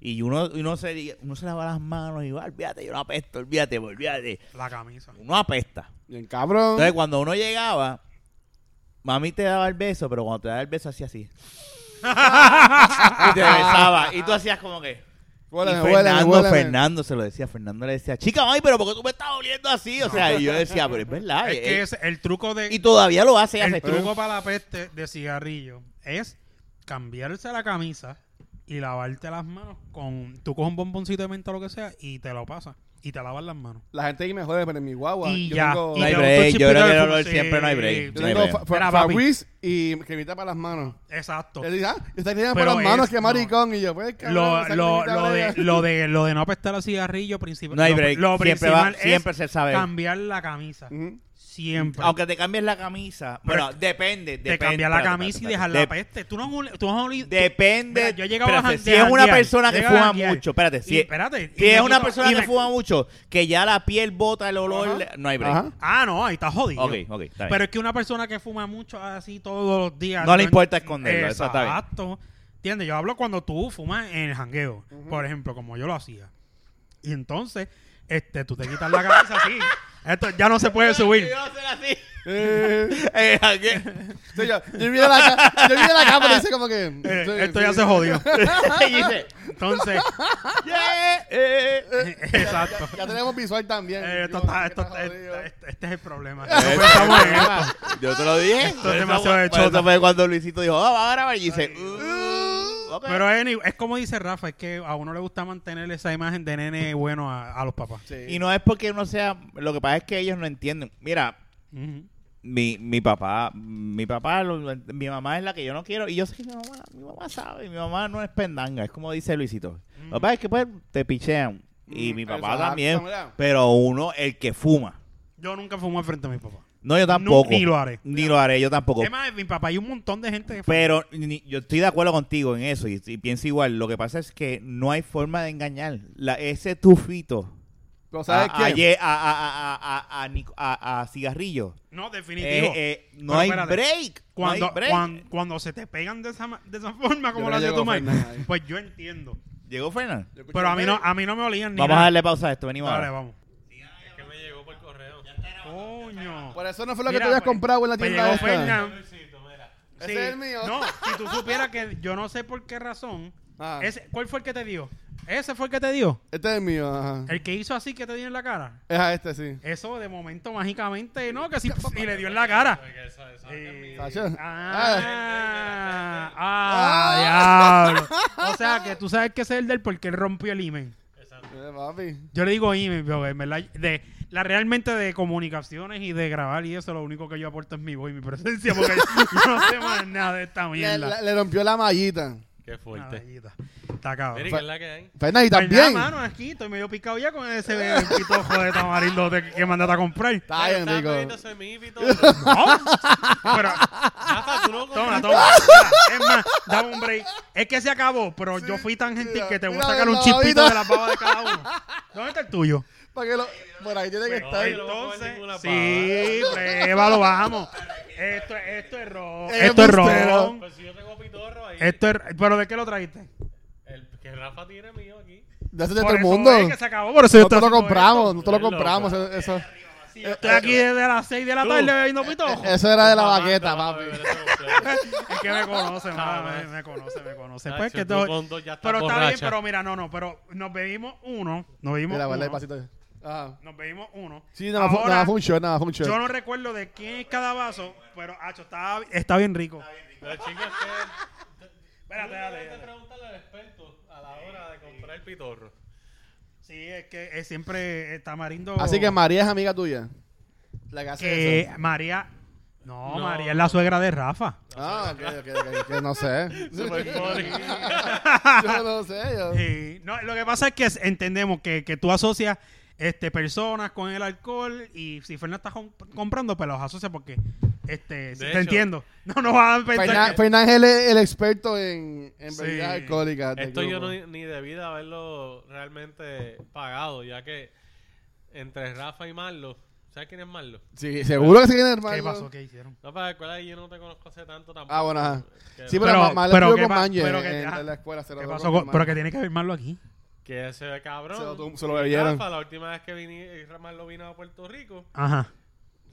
S3: Y uno, y uno, se, di- uno se lava las manos y va, olvídate, yo no apesto, olvídate, olvídate.
S2: La camisa.
S3: Uno apesta.
S1: Bien cabrón.
S3: Entonces, cuando uno llegaba, mami te daba el beso, pero cuando te daba el beso hacía así. y te besaba. Y tú hacías como que.
S1: Huéleme,
S3: y
S1: huéleme,
S3: Fernando,
S1: huéleme.
S3: Fernando se lo decía. Fernando le decía, chica, mami, pero ¿por qué tú me estás oliendo así? O sea, y yo decía, pero es verdad.
S2: Es
S3: eh,
S2: que es el truco de.
S3: Y todavía lo hace.
S2: El
S3: hace
S2: truco para la peste de cigarrillo es cambiarse la camisa y lavarte las manos con... Tú coges un bomboncito de menta o lo que sea y te lo pasas. Y te lavas las manos.
S1: La gente ahí me jode, pero en mi guagua.
S2: Y
S1: yo
S2: ya.
S1: Tengo,
S2: Y
S3: No hay
S2: te
S3: break,
S2: botas un
S3: yo creo que
S2: chipito
S3: no,
S2: de-
S3: siempre no hay break.
S1: yo
S3: No hay
S1: tengo
S3: break.
S1: fa- fa-
S2: Mira, papi.
S1: Fabriz y cremita para las manos.
S2: Exacto.
S1: Yo dije, ah, yo te cremita
S2: Pero
S1: para las manos,
S2: es-
S1: que maricón. Y yo, pues,
S2: Lo,
S1: esa
S2: lo-
S1: cremita
S2: lo de,
S1: brega.
S2: lo, de, lo de no apestar a cigarrillo principal.
S3: No hay
S2: lo-
S3: break.
S2: Lo,
S3: Siempre va-
S2: principal es
S3: siempre se sabe. Mm.
S2: cambiar la camisa.
S1: Ujú.
S2: Siempre.
S3: Aunque te cambies la camisa.
S2: Pero
S3: Bueno, depende.
S2: te
S3: depende,
S2: cambiar la
S3: espérate,
S2: camisa y
S3: espérate,
S2: dejar
S3: espérate.
S2: la peste. Tú no has oli- tú no has olido- tú-
S3: Depende.
S2: Mira, yo he llegado a
S3: espérate,
S2: jan-
S3: si
S2: de
S3: es una
S2: janguear,
S3: persona que
S2: llegado a
S3: fuma
S2: janguear.
S3: mucho, espérate, si,
S2: Y
S3: es-
S2: espérate,
S3: si
S2: y
S3: es
S2: me
S3: una
S2: quito-
S3: persona
S2: y
S3: que
S2: me-
S3: fuma mucho, que ya la piel bota el olor,
S1: Ajá.
S3: no hay break.
S1: Ajá.
S2: Ah, no, ahí está jodido.
S3: Ok, ok, está bien.
S2: Pero es que una persona que fuma mucho así todos los días.
S3: No le importa esconderlo, eso está bien.
S2: Exacto. ¿Entiendes? Yo hablo cuando tú fumas en el jangueo, por ejemplo, como yo lo hacía. Y entonces, este, tú te quitas la cabeza así. Esto ya no se puede subir.
S3: Yo voy a hacer así.
S1: Eh,
S3: Eh, aquí.
S1: sí, yo, yo miro la ca- yo miro la cámara y dice como que...
S2: Eh,
S1: sí,
S2: esto
S1: sí.
S2: ya se jodió.
S3: Y dice,
S2: Entonces,
S3: yeah, eh, eh.
S2: exacto.
S1: Ya tenemos visual también.
S2: Eh, esto
S1: Digo,
S2: está-
S1: que
S2: esto
S1: está
S2: está-
S1: jodido.
S2: este, este es el problema. No
S3: Eso,
S2: pensamos en
S3: eso.
S2: esto.
S3: Yo te lo dije.
S2: Esto es
S3: Eso
S2: demasiado
S3: fue-
S2: de
S3: por eso
S2: chota.
S3: fue cuando Luisito dijo, ah, va a grabar. Y dice,
S2: Ay.
S3: "Uh, ok".
S2: Pero anyway, es como dice Rafa, es que a uno le gusta mantener esa imagen de nene bueno a, a los papás.
S1: Sí.
S3: Y no es porque uno sea. Lo que pasa es que ellos no entienden. Mira,
S2: Ujú.
S3: mi, mi papá, mi papá, lo- mi mamá es la que yo no quiero. Y yo sé que mi mamá, mi mamá sabe, mi mamá no es pendanga, es como dice Luisito.
S2: Mm.
S3: Lo que pasa es que pues te pichean. Y
S1: Mm,
S3: mi papá
S1: exacto,
S3: también.
S1: mira.
S3: Pero uno, el que fuma.
S2: Yo nunca fumé frente a mi papá.
S3: No, yo tampoco.
S2: ni lo haré.
S3: Ni lo haré, yo tampoco.
S2: Es más, mi papá hay un montón de gente que fuma.
S3: Pero ni- yo estoy de acuerdo contigo en eso y, y pienso igual. Lo que pasa es que no hay forma de engañar. La, ese tufito
S1: Pero ¿sabes
S3: a,
S1: qué?
S3: a ye- a- a- a- a- a- a Nic- a- a cigarrillo.
S2: No,
S3: Eh,
S2: definitivo.
S3: eh, no,
S2: Pero
S3: hay
S2: espérate.
S3: break, no hay
S2: cuando,
S3: break.
S2: cuan- cuando se te pegan de esa, ma- de esa forma
S1: creo
S2: como lo
S1: que
S2: hacía
S1: llegó
S2: tu madre,
S1: Fernan ahí.
S2: pues yo entiendo.
S3: Llegó Fernan.
S1: Yo escuché
S2: Pero a mí
S1: el-
S2: no, a mí no me olían ni
S3: Vamos a
S2: nada.
S3: darle pausa a esto, venimos
S2: Dale,
S3: ahora.
S2: vamos.
S4: que me llegó por correo.
S2: Coño.
S1: Por eso no fue lo que
S2: Mira,
S1: tú habías
S2: pues,
S1: comprado en la
S2: me
S1: tienda
S2: llegó
S1: esta.
S2: Fernan.
S1: Ese es el mío.
S2: No, si tú supieras que yo no sé por qué razón.
S1: Ah.
S2: Ese, ¿Cuál fue el que te dio? ¿Ese fue el que te dio?
S1: Este es mío, ajá.
S2: ¿El que hizo así que te dio en la cara?
S1: Es a este, sí.
S2: Eso de momento mágicamente, no, que sí, y le dio en la cara. Eh,
S1: Sacho.
S2: ah, ah, diablo. O sea, que tú sabes que ese es el del por qué él rompió el imen.
S1: Eh, papi.
S2: Yo le digo imen, pero en verdad, de, la realmente de comunicaciones y de grabar y eso, lo único que yo aporto es mi voz y mi presencia, porque yo no sé más nada de
S1: Le,
S2: esta
S1: le-
S2: mierda.
S1: le rompió la mallita.
S4: Qué fuerte.
S2: Nadallita. Está cabrón.
S4: Mira, ¿qué es la que hay?
S1: Fernan, y
S2: Pues
S1: también.
S2: nada, mano, aquí estoy medio picado ya con ese pitojo de tamarindo de- que mandaste a comprar.
S1: Está
S4: Pero
S1: bien
S4: estaba
S1: rico.
S4: bebiéndose mi pito.
S2: Pero,
S4: Rafa, tú no
S2: toma,
S4: compras-
S2: toma. Mira, Es más, dame un break. Es que se acabó, pero yo fui tan gentil
S1: mira,
S2: que te voy a
S1: mira,
S2: sacar un
S1: la
S2: chispito
S1: babita.
S2: de la baba de cada uno. ¿Dónde está el tuyo?
S1: Para que lo- por ahí tiene que
S2: Pues,
S1: estar.
S4: no voy a comer ninguna
S2: entonces,
S4: pava.
S2: sí, pruébalo, vamos. Esto, esto es ron.
S1: Es
S2: Esto es
S1: embustero.
S2: ron.
S4: Pues si yo tengo pitorro ahí.
S2: Esto es, pero ¿de qué lo trajiste?
S4: El que Rafa tiene mío aquí.
S1: De hace de todo
S2: Por
S1: el
S2: eso
S1: mundo.
S2: es que se acabó, por eso yo
S1: Nosotros
S2: estoy
S1: lo
S2: haciendo
S1: compramos,
S2: esto.
S1: nosotros lo
S4: Tú eres
S1: compramos. Eso, eso,
S4: Sí, yo
S2: Estoy aquí desde las 6 de la
S4: Tú.
S2: tarde bebiendo pitojo.
S1: eso era de la
S4: Rafa,
S1: baqueta,
S4: Rafa,
S1: papi.
S4: beber eso completo.
S2: Es que me conoce, mano,
S4: Jamás.
S2: me, me conoce, me conoce.
S4: Nacho,
S2: Pues que
S4: tú
S2: todo-
S4: con dos ya estás
S2: pero está bien,
S4: borracha.
S2: pero mira, no, no, pero nos bebimos uno, nos bebimos
S1: Mira, guarda el
S2: uno,
S1: pasito. Ajá.
S2: nos bebimos uno.
S1: Sí, nada más fu-
S2: Ahora,
S1: nada más fue un shot, nada más fue un shot.
S2: yo no recuerdo de quién es cada vaso, pero acho, está, está bien rico.
S4: Pero chingo, es que-
S2: Espérate, dale,
S4: Tienes que
S2: dale.
S4: preguntarle al experto a la hora de comprar el pitorro.
S2: Sí, es que es siempre eh, tamarindo.
S1: Así que María es amiga tuya. La que hace
S2: que
S1: eso.
S2: María, no,
S4: No.
S2: María es la suegra de Rafa.
S1: Ah, ok, ok, ok. Que no sé.
S4: Super funny.
S1: yo no sé. Yo.
S2: Eh, Sí, no, lo que pasa es que es- entendemos que, que tú asocias este, personas con el alcohol y si Fernández está comp- comprando, pues los asocia porque este, te
S5: hecho-
S2: entiendo. No, no van a pensar
S1: Fernan-
S2: que-
S1: Fernández es el, el experto en, en
S5: Sí.
S1: bebidas alcohólicas. del
S5: Esto yo
S1: grupo.
S5: no, ni debí de haberlo realmente pagado, ya que entre Rafa y Marlo, ¿sabes quién es Marlo?
S1: Sí, seguro que se viene hermano.
S2: ¿Qué pasó? ¿Qué hicieron?
S5: No, para escuela yo no te conozco hace tanto tampoco.
S1: Ah, bueno, ajá.
S5: Que,
S1: Sí, pero,
S2: Pero-
S1: más mal
S2: pero
S1: estuvo
S2: qué
S1: con
S2: pa-
S1: Manje
S2: pero que-
S1: en,
S2: ajá.
S1: en la escuela. Se lo
S2: ¿Qué
S1: robó
S2: pasó?
S1: con
S2: Pero
S1: Manje.
S2: que tiene que firmarlo aquí.
S5: que se ve cabrón.
S1: Se lo- se lo
S5: Y
S1: bebieron.
S5: Rafa, la última vez que vine, Marlo vino a Puerto Rico,
S2: Ajá.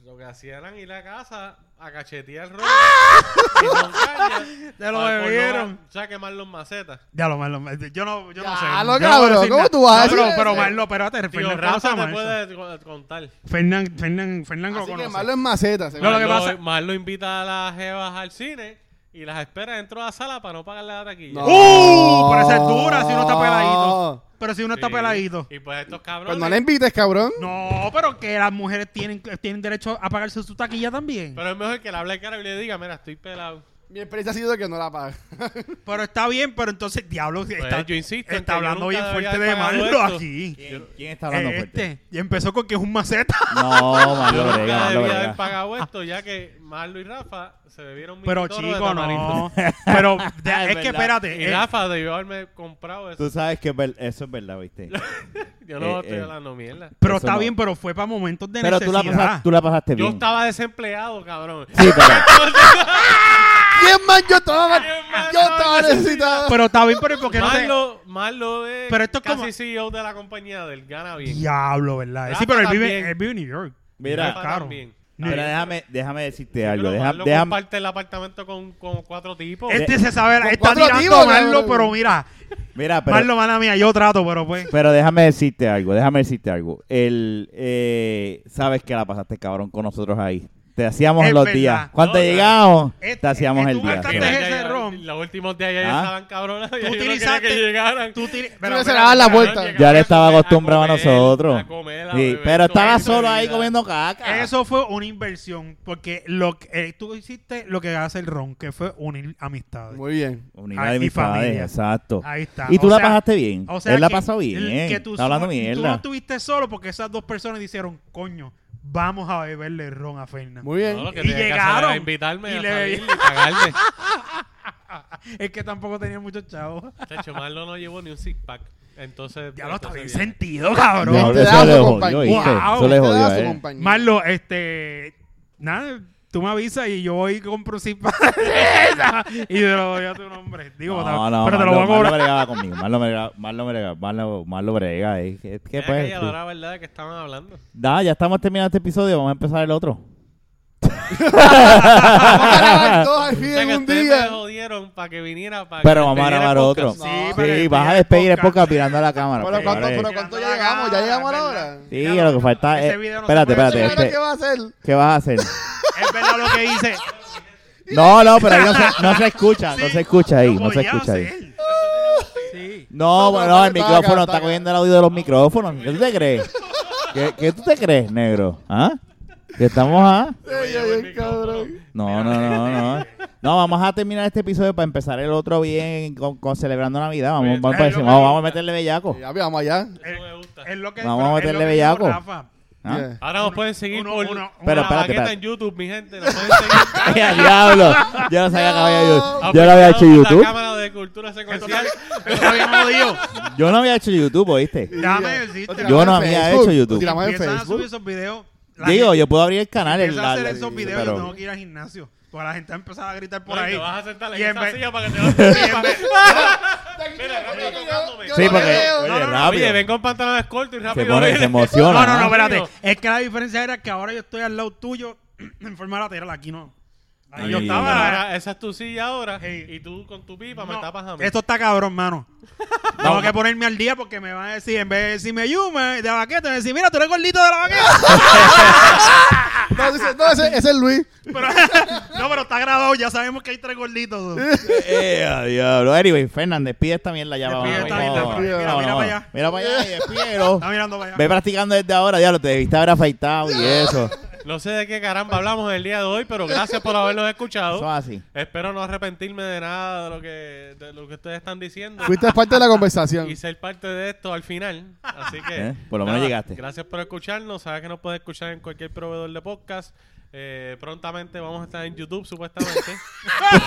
S5: lo que hacían era ir a casa a cachetear el rollo.
S1: ¡Ah!
S5: y con caña,
S2: Te lo
S5: para- por no-
S2: bebieron.
S5: O sea, quemar los macetas.
S2: Ya lo Marlon, eh, yo no, yo no
S1: Ya
S2: sé.
S1: lo,
S2: Yo no
S1: cabrón,
S2: voy decir
S1: ¿cómo
S2: nada.
S1: tú vas a
S2: No, pero-
S1: decir
S2: Pero
S1: eso?
S2: Marlon, espérate,
S5: Tío,
S2: Fernán
S5: Rafa
S2: conoce
S5: te
S2: a Marlon.
S5: puede co- contar.
S2: Fernán, Fernán, Fernán lo
S1: Así que
S2: conoce.
S1: malo en maceta.
S2: No, lo que
S5: Marlo-
S2: pasa-
S5: Marlo invita a las jevas al cine y las espera dentro de la sala para no pagarle la taquilla.
S1: No.
S2: ¡Uh! Pero esa es dura si uno está peladito. Pero si uno está
S5: Sí.
S2: peladito.
S5: Y pues estos
S1: Pues
S5: cabrones.
S1: no le invites, cabrón.
S2: No, pero que las mujeres tienen, tienen derecho a pagarse su taquilla también.
S5: Pero es mejor que le hable cara y le diga, mira, estoy pelado.
S1: Mi experiencia ha sido que no la paga.
S2: Pero está bien, pero entonces, diablo, está,
S5: Pues, yo insisto en
S2: está
S5: que
S2: hablando
S5: yo nunca
S2: bien fuerte de
S5: debería haber pagado
S2: Marlo
S5: esto.
S2: aquí.
S3: ¿Quién, quién está hablando
S2: Eh,
S3: fuerte?
S2: este, y empezó con que es un maceta.
S3: No,
S5: Yo
S3: Marlo
S5: nunca
S3: brega, Marlo
S5: debía
S3: brega.
S5: haber pagado esto, ya que Marlo y Rafa se bebieron mi
S2: Pero
S5: toro de
S2: chico, no.
S5: tamarindo.
S2: Pero de-
S3: Es
S2: es que
S3: verdad.
S2: espérate.
S5: Y
S2: eh,
S5: Rafa debió haberme comprado
S3: Tú
S5: eso.
S3: sabes que es ver- eso es verdad, ¿viste?
S5: Yo no
S3: eh,
S5: estoy
S3: eh.
S5: hablando mierda.
S2: pero
S3: eso
S2: está
S3: no.
S2: bien, pero fue para momentos de
S3: Pero tú la,
S2: necesidad.
S3: pasaste, tú la pasaste
S5: Yo
S3: bien.
S5: estaba desempleado, cabrón.
S3: Sí, pero...
S1: ¿Quién más yo estaba?
S5: ¿Quién más
S1: Yo
S5: estaba
S1: estaba
S5: necesitado?
S1: necesitado.
S2: Pero está bien, pero porque no sé.
S5: Marlo, Marlo es
S2: Pero esto es
S5: casi
S2: como-
S5: CEO de la compañía del gana bien.
S2: Diablo, ¿verdad? sí,
S5: Rafa
S2: pero él
S5: también.
S2: vive, él vive en New York.
S3: Mira,
S2: Está caro.
S5: también.
S2: Ni-
S3: Pero déjame, déjame decirte algo.
S5: Pero
S3: deja-
S5: Marlo
S3: déjame,
S5: comparte el apartamento con, con cuatro tipos.
S2: Este se sabe,
S1: Con
S2: está
S1: cuatro
S2: tirando
S1: tíos,
S2: a Marlo,
S1: cabrón.
S2: pero mira,
S3: mira, pero,
S2: Marlo, mala mía, yo trato, pero pues.
S3: pero déjame decirte algo. Déjame decirte algo. El, eh, sabes que la pasaste cabrón con nosotros ahí. Te hacíamos
S2: Es
S3: los
S2: verdad.
S3: días. Cuando
S5: No,
S3: llegamos,
S2: es-
S3: te hacíamos
S2: es-
S3: el
S2: tú
S3: día.
S2: gastaste-
S5: Mira,
S2: es
S5: ya
S2: ese
S5: llegaron-
S2: ron.
S5: Los últimos días ya
S3: Ah.
S5: estaban cabronas. Tú
S2: utilizaste-
S5: que llegaran.
S2: Tú tiri-
S1: Tú
S2: pero
S1: no se
S2: espérate,
S1: le dabas la
S2: espérate.
S1: vuelta.
S3: ya le estaba acostumbrado a nosotros.
S5: A comer, a
S3: Sí,
S5: beber,
S3: pero estaba
S5: comer,
S3: solo ahí
S5: bebida.
S3: comiendo caca.
S2: Eso fue una inversión, porque lo que, eh, tú hiciste lo que hace el ron, que fue unir amistades.
S1: Muy bien.
S3: Unidad
S2: Ay,
S3: de
S2: mi
S3: mis padres,
S2: familia.
S3: exacto.
S2: Ahí está.
S3: Y tú
S2: O
S3: la
S2: sea,
S3: pasaste bien.
S2: O sea,
S3: Él la
S2: que-
S3: pasó bien.
S2: el- que tú,
S3: está hablando
S2: solo-
S3: mierda.
S2: Tú no estuviste solo porque esas dos personas dijeron, coño, vamos a beberle ron a Fernández.
S1: Muy bien.
S5: No, lo que
S2: Y
S5: tenía que hacer era
S2: llegaron.
S5: invitarme
S2: Y
S5: a
S2: le
S5: salir
S2: bebí-
S5: y cagarme.
S2: Es que tampoco tenía muchos chavos.
S5: Chacho, Marlo no llevó ni un six pack. Entonces.
S2: Ya lo está
S5: entonces
S2: bien
S5: bien.
S2: sentido, cabrón.
S3: Diablo,
S1: Te da
S3: eso
S1: su
S3: le jodió,
S1: compañía.
S3: ¿viste?
S2: Wow.
S3: Eso le
S2: Te
S1: Usted
S3: jodió
S1: da
S3: a
S1: su
S3: él.
S1: compañía.
S2: Marlo, este. Nada, tú me avisas y yo voy y compro un zip pack y te lo doy a tu nombre. Digo,
S3: No, no,
S2: pero te lo voy a
S3: Marlo-
S2: cobrar.
S3: Marlo bregaba conmigo. Marlo brega- Marlo brega- Marlo- Marlo brega. eh. ¿Qué- qué,
S5: Mira que
S3: pues,
S5: ya
S3: tú-
S5: la hora, verdad que estaban hablando.
S3: Da, ya estamos terminando este episodio. Vamos a empezar el otro.
S1: Vamos a grabar dos al fin
S5: O sea, que
S1: en este un
S5: ustedes me
S1: día.
S5: jodieron para que viniera para
S3: Pero vamos a grabar otro.
S2: Sí,
S3: Sí,
S1: No.
S2: pero el
S3: vas a
S2: primer
S3: despedir el
S2: podcast-
S3: podcast mirando a la cámara.
S1: Pero
S3: pues,
S1: ¿cuánto,
S3: vale.
S1: pero ¿cuánto ya llegamos? ¿Ya llegamos a la hora?
S2: ¿verdad?
S3: Sí, lo que falta
S2: Ese
S3: es-
S2: video no se
S3: espérate,
S2: puede
S3: espérate.
S1: ¿Ahora
S2: subir.
S3: este-
S1: qué va a hacer?
S3: ¿Qué vas a hacer?
S2: Es verdad lo que hice.
S3: No, no, pero ahí no se, no se escucha. No se escucha ahí. No se escucha ahí.
S2: Sí.
S3: No,
S1: No,
S3: bueno,
S1: no,
S3: el
S1: está acá,
S3: micrófono
S1: está
S3: está
S1: acá.
S3: cogiendo el audio de los micrófonos. ¿Qué tú te crees? ¿Qué, qué tú te crees, negro? ¿Ah? ¿Que estamos a...?
S1: Ay, ay, ay, cabrón.
S3: No, no, no, no. No, vamos a terminar este episodio para empezar el otro bien con, con celebrando Navidad. Vamos,
S5: Oye,
S3: vamos,
S2: eh,
S3: para encima.
S2: yo me-
S3: vamos a meterle bellaco.
S1: Ya vamos allá.
S2: Eh,
S5: Eso me gusta.
S2: Es lo que
S3: Vamos a
S2: pero es
S3: meterle
S2: lo que dijo
S3: bellaco.
S2: Rafa.
S3: ¿Ah?
S1: Yeah.
S5: Ahora nos pueden seguir
S2: Uno-
S5: por
S2: uno- una
S5: una
S3: espérate,
S5: baqueta
S3: espérate.
S5: en YouTube, mi gente. Nos pueden seguir.
S3: ¡Ay, a diablo! Yo no sabía que había
S5: Ah,
S3: YouTube. Yo no había hecho
S5: apoyado por La
S3: YouTube.
S5: Cámara de Cultura Secuencial.
S2: Está bien jodido.
S3: Yo no había hecho YouTube, ¿oíste?
S1: Ya.
S2: Dame decirte.
S1: Lo tiramos
S3: Yo
S1: en
S3: no había
S1: Facebook,
S3: hecho
S1: lo
S3: YouTube.
S1: tiramos en
S2: Empiezan a
S1: Facebook.
S2: subir esos videos. la
S3: Digo,
S2: gente
S3: yo puedo abrir el canal. El,
S2: empieza a hacer
S3: la-
S2: esos videos
S3: pero-
S2: yo tengo que ir al gimnasio. Porque la gente va a empezar a gritar por
S5: Oye,
S2: ahí.
S5: Te vas a sentar en
S2: Y en
S5: esa
S2: vez-
S5: silla para que te vas Mira, rápido, tocándome.
S1: Yo
S3: Sí,
S1: no
S3: porque-
S1: veo.
S3: oye,
S1: No, no, no.
S5: a... Oye,
S3: rápido.
S5: ven con pantalones cortos y rápido.
S3: Se pone,
S5: viene.
S3: se emociona.
S2: No, no, no,
S3: ¿ah?
S2: espérate.
S5: Amigo.
S2: Es que la diferencia era que ahora yo estoy al lado tuyo en forma lateral, aquí no. Ahí yo
S3: Ay,
S2: estaba.
S5: Ahora, esa es tu silla ahora.
S2: Sí.
S5: Y tú con tu pipa me
S2: No,
S5: tapas a mí.
S2: esto está cabrón, mano. Tengo que ponerme al día porque me van a decir, en vez de decirme Yuma de la baqueta, me van a decir, mira, tú eres gordito de la baqueta.
S1: No, dice- no, ese ese es Luis.
S2: Pero, no, pero está grabado, ya sabemos que hay tres gorditos.
S3: Eh, a diablo. Anyway, Fernández, pide esta mierda ya.
S2: Despide
S3: vamos,
S2: esta mierda,
S3: vamos.
S1: mira,
S2: mira
S3: Vamos,
S2: para
S3: vamos.
S2: allá.
S3: Mira para allá y despídelo.
S2: Está mirando para allá.
S3: Ve practicando desde ahora, diablo. Te debiste haber afeitado y eso.
S5: No sé de qué caramba hablamos el día de hoy, pero gracias por habernos escuchado.
S3: Eso es así.
S5: Espero no arrepentirme de nada de lo que, de lo que ustedes están diciendo
S1: Fuiste parte de la conversación.
S5: y ser parte de esto al final. Así que.
S3: Eh, por lo menos llegaste.
S5: Gracias por escucharnos. Sabes que nos puedes escuchar en cualquier proveedor de podcast. Eh, prontamente vamos a estar en YouTube, supuestamente.
S1: En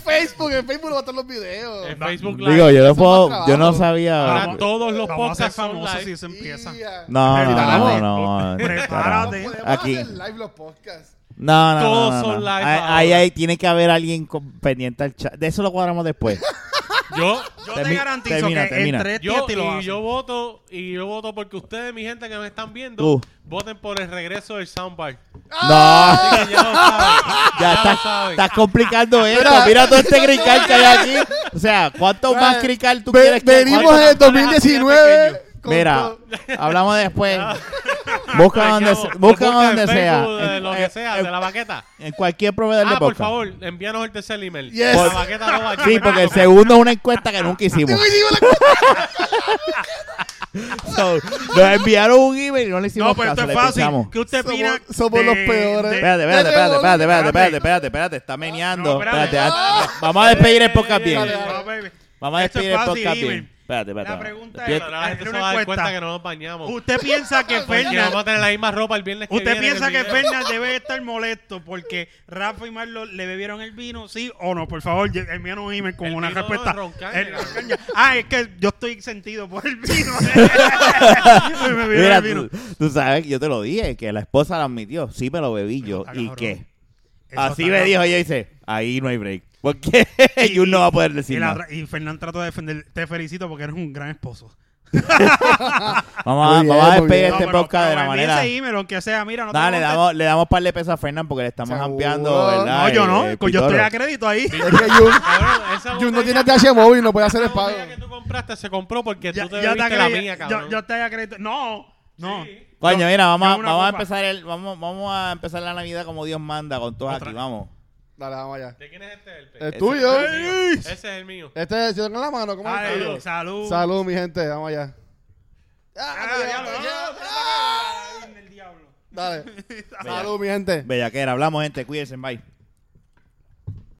S1: Facebook, en Facebook no va a estar los videos.
S5: en Facebook Live.
S3: Digo, yo no
S1: Eso es
S3: puedo,
S1: más
S3: yo no
S1: trabajo.
S2: Ah,
S3: sabía.
S2: pues,
S5: Ahora todos los
S2: Vamos a ser
S5: podcasts son
S2: famosos
S5: live.
S2: si eso empieza.
S1: Ya.
S3: No, no,
S2: Prepárate.
S3: no, no.
S1: No
S2: Prepárate.
S1: podemos
S3: Aquí.
S1: hacer live los podcasts.
S3: No, no,
S5: Todos
S3: no, no, no.
S5: son live
S3: Ahí-
S5: ahora.
S3: Ahí, ahí tiene que haber alguien con- pendiente al chat. De eso lo cuadramos después.
S5: Yo,
S2: Yo
S3: Termi-
S2: te garantizo
S3: termina,
S2: que
S3: termina.
S2: entre
S5: yo,
S2: este y lo
S5: y yo voto, y yo voto porque ustedes, mi gente que me están viendo,
S3: Tú.
S5: voten por el regreso del soundbar.
S3: No,
S5: Así que ya lo saben.
S3: ya
S5: lo
S3: estás,
S5: saben.
S3: estás complicando esto. Mira todo este crical que hay aquí. O sea, ¿cuánto más
S1: Eh,
S3: crical tú
S1: Ve-
S3: quieres que
S1: venimos en
S3: cuánto-
S1: el 2019. con
S3: Mira,
S1: todo.
S3: hablamos después. Busca
S5: Ay,
S3: donde,
S5: chavo,
S3: se-
S5: nos
S3: busca
S5: buscan en
S3: donde sea. Eh,
S5: Facebook, de
S3: En-
S5: lo que
S3: en-
S5: sea,
S3: en-
S5: de la baqueta.
S3: En cualquier proveedor de
S5: Ah, por
S3: podcast.
S5: favor, envíanos el tercer email.
S1: Yes.
S5: La baqueta no va a-
S3: Sí, porque el segundo es una encuesta que nunca hicimos.
S1: Yo hicimos la-
S3: So, nos enviaron un email y no le hicimos
S2: No, pero
S3: caso,
S2: esto es
S3: le
S2: fácil.
S3: pinchamos.
S2: ¿Qué usted
S1: Somos-
S2: opina?
S1: somos
S2: de-
S1: los peores.
S2: de-
S3: Espérate, espérate, espérate, espérate, espérate, espérate, espérate, espérate, está meneando.
S2: No, espérate.
S3: espérate, antes- Vamos a despedir el podcast bien.
S1: Dale, dale.
S2: No, baby.
S3: Vamos a
S2: Esto es
S3: despedir el
S2: fácil,
S3: podcast bien.
S2: Iber.
S3: Espérate, espérate.
S2: La
S3: espérate.
S2: pregunta
S3: Despierta.
S5: Pero la gente
S2: Era
S5: se
S2: una
S5: va a dar
S2: encuesta.
S5: cuenta que no nos bañamos.
S2: ¿Usted piensa que
S5: Porque vamos a
S2: Fernan...
S5: tener la misma ropa el viernes que
S2: ¿Usted
S5: viene
S2: piensa
S5: el
S2: que
S5: video.
S2: Fernan debe estar molesto porque Rafa y Marlo le bebieron el vino, sí o no? Por favor, ye- envíanos un email con
S5: El
S2: una
S5: vino no,
S2: respuesta.
S5: el Roncaña.
S2: El Roncaña. ah, es que yo estoy sentido por el vino. Me bebieron
S3: Mira,
S2: el vino.
S3: tú, tú sabes que yo te lo dije, que la esposa lo admitió. Sí me lo bebí yo.
S2: está
S3: ¿Y
S2: cabrón.
S3: qué?
S2: Eso
S3: Así
S2: está
S3: me
S2: cabrón.
S3: dijo ella dice, ahí no hay break. Porque Jun no va a poder
S2: Y,
S3: decir
S2: la
S3: nada.
S2: ra- y Fernan trató de defender. Te felicito porque eres un gran esposo.
S3: Vamos a,
S1: Muy bien,
S3: vamos a
S1: muy
S3: despedir
S1: bien.
S3: este podcast de la
S2: envíe
S3: manera.
S2: ese email, aunque sea, mira, no te
S3: Dale,
S2: lo
S3: le
S2: conté.
S3: damos, le damos par de pesos a Fernan porque le estamos
S1: Seguro.
S3: ampliando, ¿verdad?
S2: No, yo no. pues
S3: Eh,
S2: yo estoy
S3: Pitolo.
S2: a crédito ahí.
S1: Es que Jun-
S5: Cabrón, esa
S1: Jun no tiene
S5: botella-
S1: TH móvil, no puede hacer el
S5: esa
S1: pago.
S5: botella que tú compraste se compró porque
S2: Ya-
S5: tú te
S2: ya
S5: bebiste
S2: te
S5: la
S2: acredito-
S5: mía,
S2: yo,
S5: cabrón.
S2: yo te acredito. No, no.
S3: Coño,
S2: Yo-
S3: mira, vamos, a-
S2: yo una
S3: vamos a
S2: copa.
S3: empezar el, vamos, vamos a empezar la Navidad como Dios manda con todos
S2: Otra.
S3: aquí, vamos.
S1: Dale, vamos allá.
S5: ¿De quién es este? El pe-
S3: Eh,
S1: El tuyo.
S5: Ese es el mío.
S1: Este es yo tengo la mano, ¿cómo es el
S2: Dale,
S1: tuyo?
S2: salud.
S1: Salud, mi gente, vamos allá.
S2: Ah, diablo, no, no, no,
S1: Dale. Salud, mi gente.
S3: Bellaquera, hablamos gente, cuídense, bye.